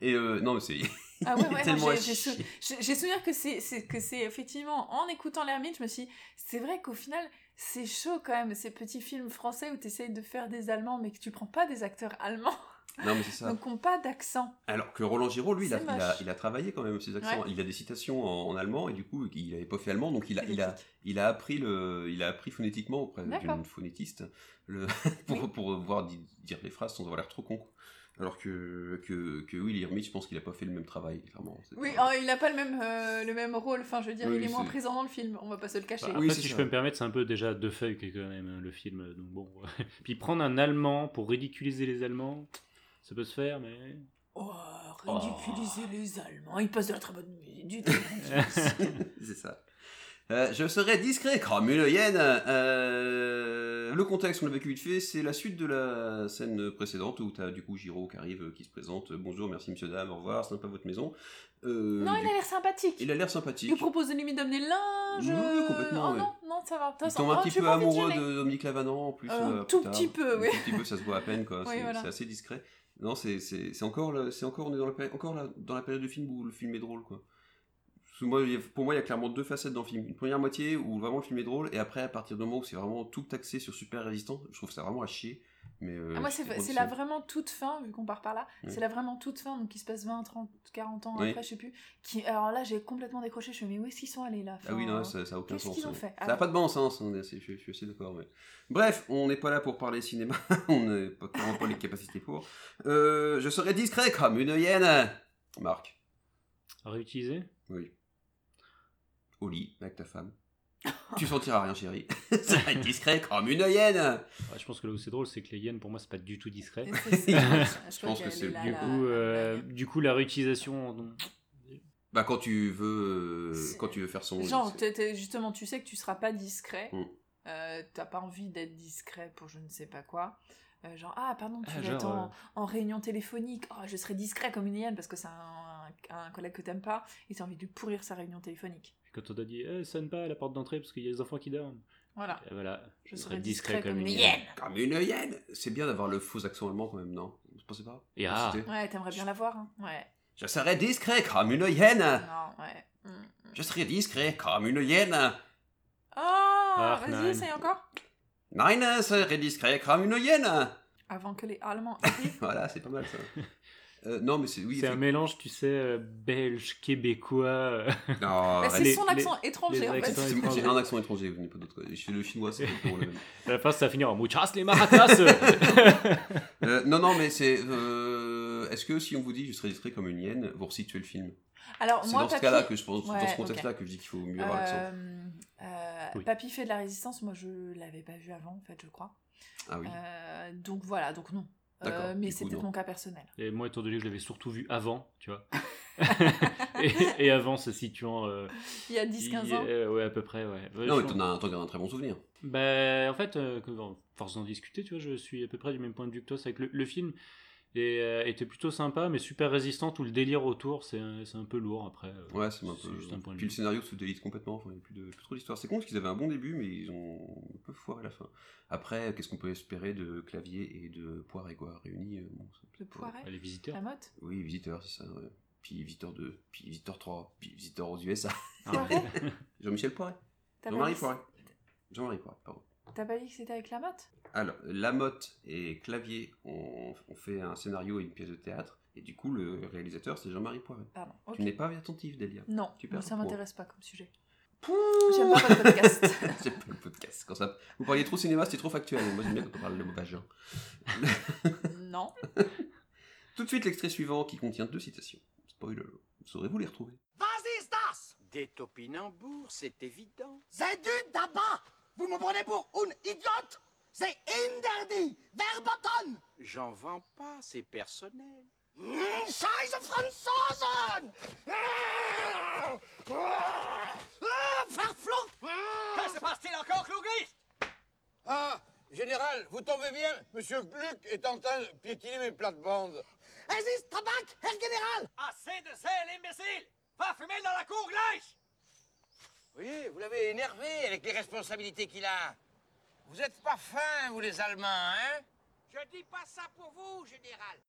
[SPEAKER 8] Et euh, non, mais c'est.
[SPEAKER 9] Ah
[SPEAKER 8] il
[SPEAKER 9] ouais,
[SPEAKER 8] est
[SPEAKER 9] ouais,
[SPEAKER 8] tellement
[SPEAKER 9] non,
[SPEAKER 8] à
[SPEAKER 9] j'ai- j'ai sou-
[SPEAKER 8] chier.
[SPEAKER 9] j'ai j'ai souvenir que c'est c'est- que c'est effectivement en écoutant l'ermite, je me suis dit, c'est vrai qu'au final, c'est chaud quand même, ces petits films français où tu essayes de faire des Allemands mais que tu prends pas des acteurs allemands,
[SPEAKER 8] Non, mais c'est ça.
[SPEAKER 9] donc qui ont pas d'accent.
[SPEAKER 8] Alors que Roland Giraud, lui, il a,
[SPEAKER 9] C'est
[SPEAKER 8] il, a,
[SPEAKER 9] moche.
[SPEAKER 8] il a travaillé quand même ses accents.
[SPEAKER 9] Ouais.
[SPEAKER 8] Il a des citations en, en allemand et du coup, il n'avait pas fait allemand, donc il a,
[SPEAKER 9] C'est
[SPEAKER 8] il a,
[SPEAKER 9] logique.
[SPEAKER 8] il a appris le, il a appris phonétiquement auprès
[SPEAKER 9] D'accord.
[SPEAKER 8] d'une phonétiste le, pour, pour pouvoir di- dire les phrases sans avoir l'air trop con. quoi. Alors que que que Will Hermite, je pense qu'il a pas fait le même travail clairement. C'est
[SPEAKER 9] Oui,
[SPEAKER 8] pas-
[SPEAKER 9] oh, il a pas le même, euh, le même rôle, enfin je veux dire,
[SPEAKER 8] Oui,
[SPEAKER 9] il est moins
[SPEAKER 8] c'est- Bah
[SPEAKER 9] présent dans le film, on va pas se le cacher.
[SPEAKER 8] oui,
[SPEAKER 10] Après,
[SPEAKER 8] c'est
[SPEAKER 10] si je
[SPEAKER 8] ça.
[SPEAKER 10] peux me permettre, c'est un peu déjà deux feuilles que, quand même hein, le film. Donc bon. Puis prendre un Allemand pour ridiculiser les Allemands, ça peut se faire, mais.
[SPEAKER 9] Oh, ridiculiser les Allemands, ils passent de la très bonne du très
[SPEAKER 8] Euh,
[SPEAKER 9] bon
[SPEAKER 8] c'est ça. Euh, je serai discret comme une hyène. Euh, le contexte, on l'a vécu vite fait, c'est la suite de la scène précédente où t'as du coup Giro qui arrive, euh, qui se présente. Bonjour, merci monsieur dame, au revoir, sympa votre maison. Euh,
[SPEAKER 9] Non,
[SPEAKER 8] du-
[SPEAKER 9] il a l'air sympathique.
[SPEAKER 8] il a l'air
[SPEAKER 9] Il
[SPEAKER 8] sympathique.
[SPEAKER 9] lui propose de limite d'amener le linge.
[SPEAKER 8] Oui, oui, complètement,
[SPEAKER 9] oh
[SPEAKER 8] ouais.
[SPEAKER 9] non, non, ça va. oh,
[SPEAKER 8] Il tombe un petit peu amoureux de Dominique Lavanant en plus.
[SPEAKER 9] Un
[SPEAKER 8] euh,
[SPEAKER 9] tout
[SPEAKER 8] plus tard.
[SPEAKER 9] petit peu, oui.
[SPEAKER 8] Un tout petit peu, ça se voit à peine quoi.
[SPEAKER 9] Oui,
[SPEAKER 8] c'est
[SPEAKER 9] voilà.
[SPEAKER 8] c'est assez discret. Non, c'est c'est- c'est encore, le- c'est encore, on est dans la péri- encore la- dans la période du film où le film est drôle quoi. Parce que moi, il y a- pour moi, il y a clairement deux facettes dans le film. Une première moitié où vraiment le film est drôle, et après, à partir du moment où c'est vraiment tout taxé sur super résistant, je trouve ça vraiment à chier. Mais euh,
[SPEAKER 9] Ah, moi,
[SPEAKER 8] je
[SPEAKER 9] c'est
[SPEAKER 8] comprends
[SPEAKER 9] c'est
[SPEAKER 8] que
[SPEAKER 9] la vraiment toute fin, vu qu'on part par là.
[SPEAKER 8] Oui.
[SPEAKER 9] C'est la vraiment toute fin, donc il se passe 20, 30, 40 ans
[SPEAKER 8] Mm. Oui.
[SPEAKER 9] après, je sais plus. Qui, alors là, j'ai complètement décroché. Je me dis, mais où est-ce qu'ils sont allés là
[SPEAKER 8] Ah oui,
[SPEAKER 9] Enfin,
[SPEAKER 8] non, ça n'a aucun
[SPEAKER 9] qu'est-ce
[SPEAKER 8] sens.
[SPEAKER 9] qu'ils ont
[SPEAKER 8] ouais.
[SPEAKER 9] fait
[SPEAKER 8] Ça
[SPEAKER 9] Ah
[SPEAKER 8] n'a
[SPEAKER 9] bon.
[SPEAKER 8] pas de bon sens, on est assez- je, je suis assez d'accord. ouais. Bref, on n'est pas là pour parler cinéma, on n'a pas clairement pas les capacités pour. Euh, je serai discret comme une hyène Marc,
[SPEAKER 10] À réutiliser
[SPEAKER 8] oui. Au lit, avec ta femme. tu sentiras rien, chérie. je serai discret comme une hyène
[SPEAKER 10] Ah, Je pense que là où c'est drôle, c'est que les hyènes, pour moi, c'est pas du tout discret.
[SPEAKER 9] C'est ça,
[SPEAKER 8] pense
[SPEAKER 9] crois
[SPEAKER 8] que
[SPEAKER 9] qu'elle
[SPEAKER 8] c'est
[SPEAKER 9] est
[SPEAKER 8] le
[SPEAKER 9] là,
[SPEAKER 10] Du
[SPEAKER 9] là,
[SPEAKER 10] coup,
[SPEAKER 9] là,
[SPEAKER 10] euh,
[SPEAKER 9] là.
[SPEAKER 10] du coup, la réutilisation.
[SPEAKER 8] Bah, quand tu veux, euh,
[SPEAKER 9] C'est-
[SPEAKER 8] quand tu veux faire son.
[SPEAKER 9] Genre,
[SPEAKER 8] c'est-
[SPEAKER 9] t'es- t'es- justement, tu sais que tu seras pas discret.
[SPEAKER 8] Mm.
[SPEAKER 9] Euh, T'as pas envie d'être discret pour je ne sais pas quoi. Euh, genre, ah, pardon, tu
[SPEAKER 10] Ah,
[SPEAKER 9] vas
[SPEAKER 10] genre,
[SPEAKER 9] être en,
[SPEAKER 8] euh.
[SPEAKER 9] en réunion téléphonique. Oh, je serai discret comme une hyène parce que c'est un, un- un collègue que t'aimes pas et t'as envie de lui pourrir sa réunion téléphonique.
[SPEAKER 10] Quand on t'a dit, eh, sonne pas à la porte d'entrée parce qu'il y a des enfants qui dorment.
[SPEAKER 9] Voilà.
[SPEAKER 10] Et voilà, je,
[SPEAKER 9] Je
[SPEAKER 10] serais
[SPEAKER 9] serai
[SPEAKER 10] discret,
[SPEAKER 9] discret
[SPEAKER 10] comme
[SPEAKER 9] comme
[SPEAKER 10] une
[SPEAKER 9] une
[SPEAKER 10] hyène.
[SPEAKER 8] Comme une hyène C'est bien d'avoir le faux accent allemand quand même, non Vous pensez pas
[SPEAKER 10] Et ah.
[SPEAKER 8] C'était-
[SPEAKER 9] Ouais, t'aimerais bien la voir. hein. Ouais.
[SPEAKER 8] Je serai discret comme une hyène
[SPEAKER 9] Non, ouais. Mm.
[SPEAKER 8] Je serai discret comme une hyène
[SPEAKER 9] Oh,
[SPEAKER 10] Ah,
[SPEAKER 9] vas-y,
[SPEAKER 10] nein.
[SPEAKER 9] essaye encore.
[SPEAKER 8] Nein, je serai discret comme une hyène
[SPEAKER 9] Avant que les Allemands arrivent.
[SPEAKER 8] Voilà, c'est pas mal ça. Euh, non, mais c'est. Oui,
[SPEAKER 10] C'est un mélange, tu sais, euh, belge, québécois. euh,
[SPEAKER 8] c'est- Non,
[SPEAKER 9] Bah, c'est
[SPEAKER 10] les-
[SPEAKER 9] son
[SPEAKER 10] les-
[SPEAKER 9] accent étranger, en
[SPEAKER 10] les
[SPEAKER 9] fait.
[SPEAKER 10] accents-
[SPEAKER 8] c'est-
[SPEAKER 10] étranger.
[SPEAKER 8] c'est un accent étranger, vous n'avez pas d'autre. Chez le chinois, c'est complètement le même.
[SPEAKER 10] à la fin, ça va finir en muchas les maracas.
[SPEAKER 8] Euh, non, non, mais c'est. euh, Est-ce que si on vous dit je serai discret comme une hyène, vous resituez le film
[SPEAKER 9] Alors,
[SPEAKER 8] C'est
[SPEAKER 9] moi,
[SPEAKER 8] dans ce
[SPEAKER 9] papy-
[SPEAKER 8] cas-là que je pense, dans
[SPEAKER 9] Ouais,
[SPEAKER 8] ce
[SPEAKER 9] ok.
[SPEAKER 8] contexte-là que je dis qu'il faut mieux avoir l'accent.
[SPEAKER 9] Euh, euh,
[SPEAKER 10] Oui.
[SPEAKER 9] Papy fait de la résistance, moi je l'avais pas vu avant en fait, je crois.
[SPEAKER 8] Ah oui.
[SPEAKER 9] Euh, donc voilà, donc non.
[SPEAKER 8] D'accord,
[SPEAKER 9] Euh, mais
[SPEAKER 8] du coup,
[SPEAKER 9] c'est peut-être
[SPEAKER 8] non.
[SPEAKER 9] mon cas personnel.
[SPEAKER 10] Et moi, étant donné que je l'avais surtout vu avant, tu vois. et, et avant, se situant. euh,
[SPEAKER 9] Il y a 10-15
[SPEAKER 10] il-
[SPEAKER 9] ans.
[SPEAKER 10] euh, ouais, à peu près, ouais. Ouais,
[SPEAKER 8] Non,
[SPEAKER 10] je
[SPEAKER 8] mais
[SPEAKER 10] pense-
[SPEAKER 8] t'en as, un- t'en gardes un très bon souvenir.
[SPEAKER 10] Bah, en fait, euh, que- en force d'en discuter, tu vois, je suis à peu près du même point de vue que toi. C'est que le, le film est, euh, était plutôt sympa, mais super résistant. Tout le délire autour, c'est un, c'est un peu lourd après. euh.
[SPEAKER 8] Ouais, c'est un peu.
[SPEAKER 10] juste un point de
[SPEAKER 8] Puis le
[SPEAKER 10] vue.
[SPEAKER 8] scénario se délite complètement, enfin, il n'y a plus, de, plus trop d'histoire. C'est con parce qu'ils avaient un bon début, mais ils ont un peu foiré la fin. Après, qu'est-ce qu'on peut espérer de Clavier et de Poiré, quoi, réunis euh, bon, ça-
[SPEAKER 9] Le poiret,
[SPEAKER 10] Ouais, Les visiteurs.
[SPEAKER 9] la motte.
[SPEAKER 8] Oui, Visiteur, c'est ça, ouais. Puis Visiteur 2, puis Visiteur 3, puis Visiteur aux USA.
[SPEAKER 10] Ah,
[SPEAKER 9] Poiré
[SPEAKER 8] Jean-Michel Poiré.
[SPEAKER 9] T'as pas,
[SPEAKER 8] Jean-Marie
[SPEAKER 9] dit-
[SPEAKER 8] Poiré. Jean-Marie Poiré, pardon.
[SPEAKER 9] t'as pas dit que c'était avec la motte
[SPEAKER 8] Alors, Lamotte et Clavier ont, ont fait un scénario et une pièce de théâtre, et du coup, le réalisateur, c'est Jean-Marie Poiré.
[SPEAKER 9] Pardon. ok.
[SPEAKER 8] Tu n'es pas attentif, Delia.
[SPEAKER 9] Non,
[SPEAKER 8] tu perds
[SPEAKER 9] ça
[SPEAKER 8] un point.
[SPEAKER 9] m'intéresse pas comme sujet. J'aime pas votre podcast.
[SPEAKER 8] J'aime pas le podcast. Quand ça... Vous parliez trop cinéma, c'était trop factuel. Moi, j'aime bien quand on parle de mauvais gens.
[SPEAKER 9] non.
[SPEAKER 8] Tout de suite, l'extrait suivant qui contient deux citations. Spoiler. Saurez-vous les retrouver
[SPEAKER 11] Vas-y, Stas
[SPEAKER 2] Des topinambours, c'est évident.
[SPEAKER 11] C'est du tabac Vous me prenez pour une idiote C'est interdit Verboten
[SPEAKER 2] J'en vends pas, c'est personnel.
[SPEAKER 11] Scheiße Franzosen Euh, Verflucht
[SPEAKER 2] Que se passe-t-il encore, Clougis
[SPEAKER 11] Ah, général, vous tombez bien Monsieur Gluck est en train de piétiner mes plates-bandes. Vas-y, Stabac, Herr Général
[SPEAKER 2] Assez de zèle, imbécile Va fumer dans la cour, Gleich
[SPEAKER 11] Oui, vous l'avez énervé avec les responsabilités qu'il a. Vous êtes pas fins, vous les Allemands, hein
[SPEAKER 2] Je dis pas ça pour vous, général.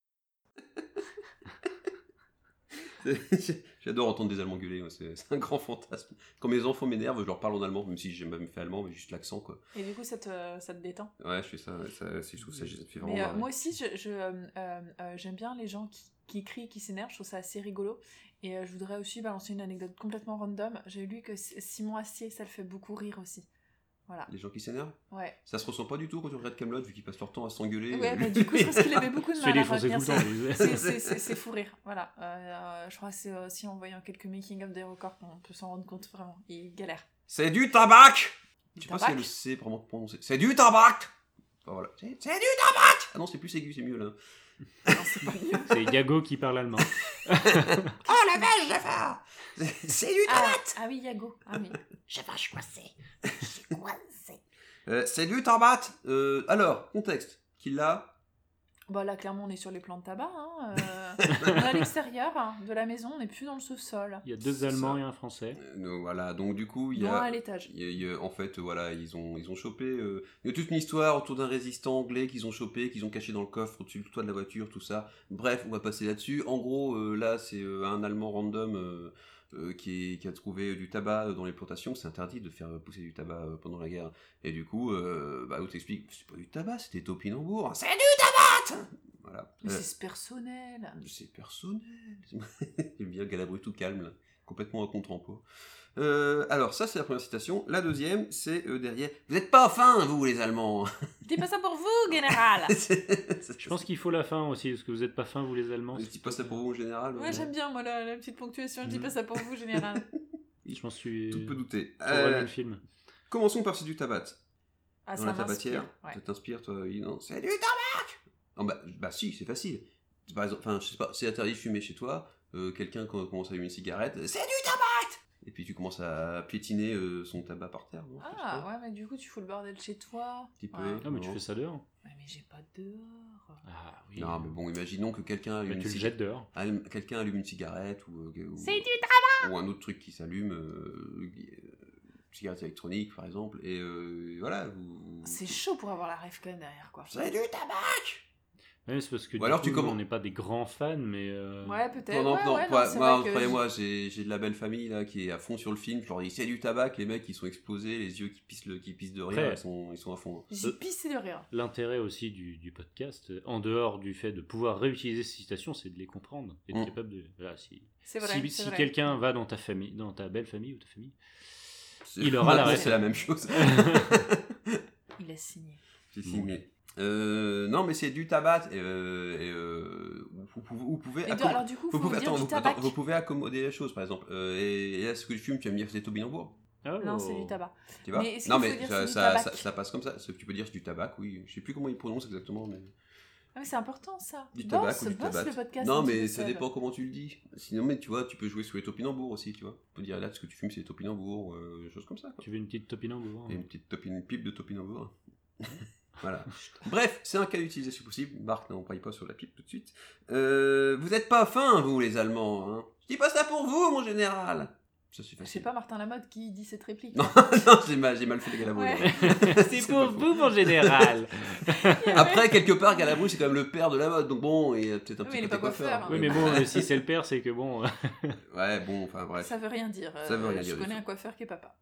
[SPEAKER 8] J'adore entendre des Allemands gueuler. moi, C'est c'est un grand fantasme. Quand mes enfants m'énervent, je leur parle en allemand, même si j'ai même fait allemand, mais juste l'accent, quoi.
[SPEAKER 9] Et du coup, ça te, ça te détend.
[SPEAKER 8] Ouais, je fais ça. ça c'est- je trouve ça, je fais vraiment
[SPEAKER 9] Mais euh,
[SPEAKER 8] marrer.
[SPEAKER 9] moi aussi, je, je, euh, euh, euh, j'aime bien les gens qui, qui crient, qui s'énervent, je trouve ça assez rigolo. Et euh, je voudrais aussi balancer une anecdote complètement random. J'ai lu que S- Simon Astier, ça le fait beaucoup rire aussi. Voilà,
[SPEAKER 8] Les gens qui s'énervent
[SPEAKER 9] ouais.
[SPEAKER 8] Ça se ressent pas du tout quand tu regardes Camelot, vu qu'ils passent leur temps à s'engueuler.
[SPEAKER 9] Ouais,
[SPEAKER 8] euh,
[SPEAKER 9] bah, du coup, je pense qu'il avait beaucoup de
[SPEAKER 10] Je fais
[SPEAKER 9] mal à
[SPEAKER 10] défoncer tout
[SPEAKER 9] retenir
[SPEAKER 10] le temps.
[SPEAKER 9] ça.
[SPEAKER 10] mais-
[SPEAKER 9] C'est- C'est c'est- c'est fou rire, voilà. Euh, euh, je crois que c'est aussi en voyant quelques making-of des records qu'on peut s'en rendre compte vraiment. Il galère.
[SPEAKER 8] C'est du tabac Je sais pas
[SPEAKER 9] Tabac.
[SPEAKER 8] si elle le sait vraiment prononcer. C'est du tabac Enfin, voilà. C'est c'est du tabac Ah non, c'est plus aigu, c'est mieux là.
[SPEAKER 9] Non, c'est pas mieux.
[SPEAKER 10] C'est Yago qui parle allemand.
[SPEAKER 8] Oh la vache, Jafar C'est- C'est du
[SPEAKER 9] Ah, ah oui, Yago. Ah oui.
[SPEAKER 4] Je vais choisir. Je coincé.
[SPEAKER 8] Euh, c'est du tabac Euh, Alors, contexte. Qu'il a.
[SPEAKER 9] Bah là, clairement, on est sur les plans de tabac. hein, euh, on est à l'extérieur hein, de la maison, on n'est plus dans le sous-sol.
[SPEAKER 10] Il y a deux
[SPEAKER 8] C'est
[SPEAKER 10] Allemands
[SPEAKER 8] ça.
[SPEAKER 10] et un Français.
[SPEAKER 8] Euh, non, voilà, donc du coup, il y
[SPEAKER 9] Non,
[SPEAKER 8] a.
[SPEAKER 9] à l'étage.
[SPEAKER 8] il y a- il y a- en fait, euh, voilà, ils ont, ils ont chopé. euh, il y a toute une histoire autour d'un résistant anglais qu'ils ont chopé, qu'ils ont caché dans le coffre au-dessus du toit de la voiture, tout ça. Bref, on va passer là-dessus. En gros, euh, là, c'est euh, un Allemand random euh, euh, qui, est- qui a trouvé du tabac euh, dans les plantations. C'est interdit de faire pousser du tabac euh, pendant la guerre. Et du coup, euh, bah, on t'explique c'est pas du tabac, c'était topinambour. C'est du tabac Voilà.
[SPEAKER 9] Mais
[SPEAKER 8] Euh,
[SPEAKER 9] c'est ce personnel.
[SPEAKER 8] c'est personnel. J'aime bien Galabru tout calme, là. complètement à contre-emploi. Euh, alors, ça, c'est la première citation. La deuxième, c'est euh, derrière. Vous n'êtes pas fin, vous, les Allemands
[SPEAKER 9] Dis pas ça pour vous, général.
[SPEAKER 10] Je pense qu'il faut la fin aussi, parce que vous n'êtes pas fin, vous les Allemands.
[SPEAKER 8] Je dis pas ça pour vous en général.
[SPEAKER 9] Moi, j'aime bien moi, la, la petite ponctuation. Je dis
[SPEAKER 10] Mhm.
[SPEAKER 9] pas ça pour vous, général.
[SPEAKER 10] Je m'en suis.
[SPEAKER 8] Tout peut douter.
[SPEAKER 10] Tout va
[SPEAKER 8] Euh,
[SPEAKER 10] bien le film.
[SPEAKER 8] commençons par c'est du tabac.
[SPEAKER 9] Ah,
[SPEAKER 8] Dans
[SPEAKER 9] ça
[SPEAKER 8] la tabatière.
[SPEAKER 9] m'inspire. Ouais.
[SPEAKER 8] Ça t'inspire, toi oui, non. C'est du tabac Non, bah, bah si, c'est facile. Par exemple, enfin, je sais pas, c'est interdit de fumer chez toi. euh, quelqu'un quand commence à allumer une cigarette, c'est du tabac Et puis tu commences à piétiner euh, son tabac par terre. non Je sais
[SPEAKER 9] Ah
[SPEAKER 8] pas.
[SPEAKER 9] ouais, mais du coup, tu fous le bordel chez toi.
[SPEAKER 8] Petit peu.
[SPEAKER 9] Ouais.
[SPEAKER 10] Non, Ah, mais tu
[SPEAKER 8] Non.
[SPEAKER 10] fais ça dehors.
[SPEAKER 9] Ouais, mais j'ai pas de dehors.
[SPEAKER 10] Ah oui.
[SPEAKER 8] Non, mais bon, imaginons que quelqu'un allume,
[SPEAKER 10] Mais
[SPEAKER 8] une
[SPEAKER 10] Bah, tu le
[SPEAKER 8] cig-
[SPEAKER 10] jettes dehors.
[SPEAKER 8] allume- quelqu'un allume une cigarette ou, euh, ou-
[SPEAKER 9] C'est du
[SPEAKER 8] ou un autre truc qui s'allume, euh, euh, cigarette électronique par exemple, et euh, voilà. vous-
[SPEAKER 9] C'est chaud pour avoir la rêve conne derrière, quoi.
[SPEAKER 8] C'est du tabac
[SPEAKER 10] Ouais, c'est parce que
[SPEAKER 8] Ou
[SPEAKER 10] du
[SPEAKER 8] alors
[SPEAKER 10] coup,
[SPEAKER 8] tu
[SPEAKER 10] nous,
[SPEAKER 8] commen-
[SPEAKER 10] on n'est pas des grands fans, mais. euh,
[SPEAKER 9] Ouais, peut-être.
[SPEAKER 8] Non, non,
[SPEAKER 9] ouais,
[SPEAKER 8] non,
[SPEAKER 9] ouais,
[SPEAKER 8] moi,
[SPEAKER 9] non, c'est
[SPEAKER 8] moi,
[SPEAKER 9] vrai que-
[SPEAKER 8] croyez-moi, j'ai j'ai de la belle famille là qui est à fond sur le film. Je leur dis c'est du tabac, les mecs ils sont explosés, les yeux qui pissent, le, qui pissent de rire,
[SPEAKER 10] Après-
[SPEAKER 8] ils sont, ils sont à fond.
[SPEAKER 9] J'ai pissé de rire.
[SPEAKER 10] L'intérêt aussi du, du podcast, euh, en dehors du fait de pouvoir réutiliser ces citations, c'est de les comprendre et
[SPEAKER 8] Mm.
[SPEAKER 10] d'être capable de. Voilà, si
[SPEAKER 9] C'est vrai.
[SPEAKER 10] si,
[SPEAKER 9] c'est
[SPEAKER 10] si
[SPEAKER 9] vrai.
[SPEAKER 10] quelqu'un va dans ta famille, dans ta belle famille ou ta famille,
[SPEAKER 8] C'est-
[SPEAKER 10] il aura la
[SPEAKER 8] Maintenant,
[SPEAKER 10] réponse.
[SPEAKER 8] C'est la même chose.
[SPEAKER 9] Il a signé.
[SPEAKER 8] J'ai signé. Euh, non, mais c'est du tabac. Et, euh, et, euh, vous, pouvez- vous pouvez.
[SPEAKER 9] Et
[SPEAKER 8] accom-
[SPEAKER 9] alors, du coup, faut
[SPEAKER 8] vous, pouvez,
[SPEAKER 9] me dire
[SPEAKER 8] attends,
[SPEAKER 9] du
[SPEAKER 8] vous,
[SPEAKER 9] tabac.
[SPEAKER 8] attends, vous pouvez accommoder les choses, par exemple. Euh, et, et là, ce que tu fumes, tu vas me dire c'est au Billembourg,
[SPEAKER 10] Oh.
[SPEAKER 9] Non, c'est du tabac.
[SPEAKER 8] tu vois
[SPEAKER 9] Mais est-ce
[SPEAKER 8] Non,
[SPEAKER 9] qu'il faut
[SPEAKER 8] mais
[SPEAKER 9] dire
[SPEAKER 8] ça,
[SPEAKER 9] c'est du
[SPEAKER 8] ça,
[SPEAKER 9] tabac
[SPEAKER 8] ça- ça passe comme ça. Ce que tu peux dire, c'est du tabac, oui. Je sais plus comment ils prononcent exactement, mais
[SPEAKER 9] Ah, mais c'est important, ça.
[SPEAKER 8] du
[SPEAKER 9] bosse,
[SPEAKER 8] tabac ou du
[SPEAKER 9] bosse
[SPEAKER 8] tabac.
[SPEAKER 9] le podcast. un
[SPEAKER 8] non,
[SPEAKER 9] petit
[SPEAKER 8] mais
[SPEAKER 9] peu
[SPEAKER 8] ça
[SPEAKER 9] seul.
[SPEAKER 8] dépend comment tu le dis. Sinon, mais tu vois, tu peux jouer sur les topinambours aussi, tu vois. Tu peux dire là, ce que tu fumes, c'est les topinambours, euh, des choses comme ça. quoi.
[SPEAKER 10] tu veux une petite topinambour hein.
[SPEAKER 8] Et une petite topi- une pipe de topinambour. voilà. Bref, c'est un cas d'utilisation possible. Marc, n'en braille pas sur la pipe tout de suite. Euh, vous n'êtes pas fins, vous, les Allemands. Hein. Je dis pas ça pour vous, mon général. Ça, c'est
[SPEAKER 9] C'est
[SPEAKER 8] facile.
[SPEAKER 9] pas Martin Lamotte qui dit cette réplique.
[SPEAKER 8] Non, non, j'ai mal, j'ai mal fait les Galabru.
[SPEAKER 9] Ouais.
[SPEAKER 8] C'est pas faux.
[SPEAKER 10] mon général
[SPEAKER 8] Après, quelque part, Galabru, c'est quand même le père de la mode. Donc bon, il a peut-être un
[SPEAKER 9] Oui,
[SPEAKER 8] petit
[SPEAKER 9] il est
[SPEAKER 8] côté
[SPEAKER 9] pas coiffeur, hein.
[SPEAKER 8] bah.
[SPEAKER 10] Oui, mais bon, euh, si c'est le père, c'est que bon. euh,
[SPEAKER 8] Ouais, bon, enfin, bref.
[SPEAKER 9] Ça veut rien dire.
[SPEAKER 8] Ça veut
[SPEAKER 9] euh,
[SPEAKER 8] rien
[SPEAKER 9] je
[SPEAKER 8] dire du
[SPEAKER 9] connais
[SPEAKER 8] tout.
[SPEAKER 9] un coiffeur qui est papa.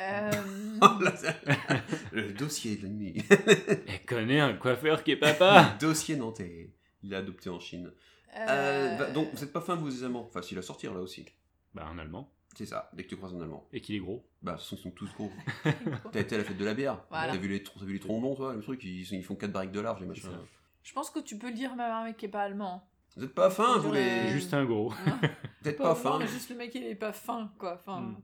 [SPEAKER 9] Euh,
[SPEAKER 8] Oh là, ça- le dossier de la nuit.
[SPEAKER 10] Elle connaît un coiffeur qui est
[SPEAKER 9] Ah.
[SPEAKER 10] papa
[SPEAKER 8] Le dossier nantais. Il l'a adopté en Chine.
[SPEAKER 9] euh,
[SPEAKER 8] Euh, bah, donc, vous n'êtes pas fins, vous, les Allemands. Facile à sortir, là aussi.
[SPEAKER 10] Bah, un allemand.
[SPEAKER 8] C'est ça, dès que tu croises un Allemand.
[SPEAKER 10] Et qu'il est gros.
[SPEAKER 8] Bah, de toute façon, ils sont tous gros. T'as été à la fête de la bière.
[SPEAKER 9] Voilà.
[SPEAKER 8] T'as vu les, tr- t'as vu les trombons, toi, le truc, ils, sont- ils font 4 barriques de large, les machins.
[SPEAKER 9] Je pense que tu peux le dire même à un mec qui est pas allemand.
[SPEAKER 8] Vous êtes pas fins,
[SPEAKER 9] Faut
[SPEAKER 8] vous
[SPEAKER 9] dire,
[SPEAKER 8] les.
[SPEAKER 9] euh,
[SPEAKER 10] Juste un gros.
[SPEAKER 9] Hein
[SPEAKER 8] Vous êtes
[SPEAKER 9] pas
[SPEAKER 8] pas
[SPEAKER 9] allemand,
[SPEAKER 8] fins.
[SPEAKER 9] mais juste le mec il est pas fin quoi. Enfin,
[SPEAKER 10] Hmm.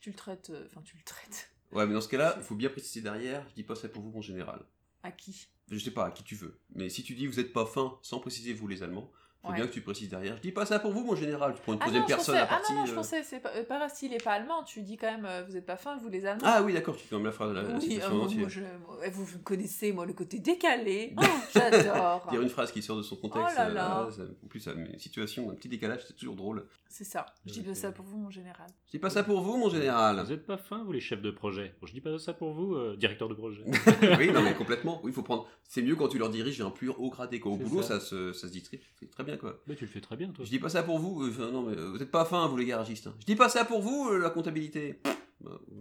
[SPEAKER 9] tu le traites. euh, Enfin, tu le traites.
[SPEAKER 8] Ouais, mais dans ce cas-là, il faut bien préciser derrière, je dis pas ça pour vous, mon général.
[SPEAKER 9] À qui
[SPEAKER 8] Je sais pas, à qui tu veux. Mais si tu dis vous êtes pas fins, sans préciser vous, les Allemands, faut
[SPEAKER 9] Ouais.
[SPEAKER 8] bien que tu précises derrière, je dis pas ça pour vous, mon général. Tu prends une
[SPEAKER 9] Ah
[SPEAKER 8] troisième
[SPEAKER 9] non, je
[SPEAKER 8] personne
[SPEAKER 9] pensais,
[SPEAKER 8] à
[SPEAKER 9] ah
[SPEAKER 8] partie.
[SPEAKER 9] non, non, je
[SPEAKER 8] euh,
[SPEAKER 9] pensais, c'est pas, euh, pas s'il est pas allemand, tu dis quand même, euh, vous êtes pas fin, vous les Allemands.
[SPEAKER 8] Ah oui, d'accord, tu fais quand même la phrase, la, la
[SPEAKER 9] oui, euh,
[SPEAKER 8] citation en
[SPEAKER 9] moi,
[SPEAKER 8] entier.
[SPEAKER 9] moi, je- moi, vous, vous connaissez, moi, le côté décalé. Oh, J'adore.
[SPEAKER 8] Dire une phrase qui sort de son contexte,
[SPEAKER 9] Oh là là.
[SPEAKER 8] euh, ça- en plus, ça met une situation, un petit décalage, c'est toujours drôle.
[SPEAKER 9] C'est ça. Je dis
[SPEAKER 10] Ok.
[SPEAKER 9] ça pour vous, mon général.
[SPEAKER 8] Je dis pas ça pour vous, mon général.
[SPEAKER 10] Vous êtes pas fin, vous, les chefs de projet. Bon, je dis pas ça pour vous, euh, directeur de projet.
[SPEAKER 8] oui, non, mais complètement. Oui, faut prendre. C'est mieux quand tu leur diriges un plus haut gradé. Quoi. Au
[SPEAKER 10] C'est
[SPEAKER 8] boulot, ça.
[SPEAKER 10] ça.
[SPEAKER 8] se, ça se dit très, c'est très bien, quoi.
[SPEAKER 10] Bah, tu le fais très bien, toi.
[SPEAKER 8] Je dis pas ça pour vous. euh, enfin, non, mais euh, vous êtes pas fins, vous les garagistes. hein. Je dis pas ça pour vous, euh, la comptabilité. Pff, bah, euh,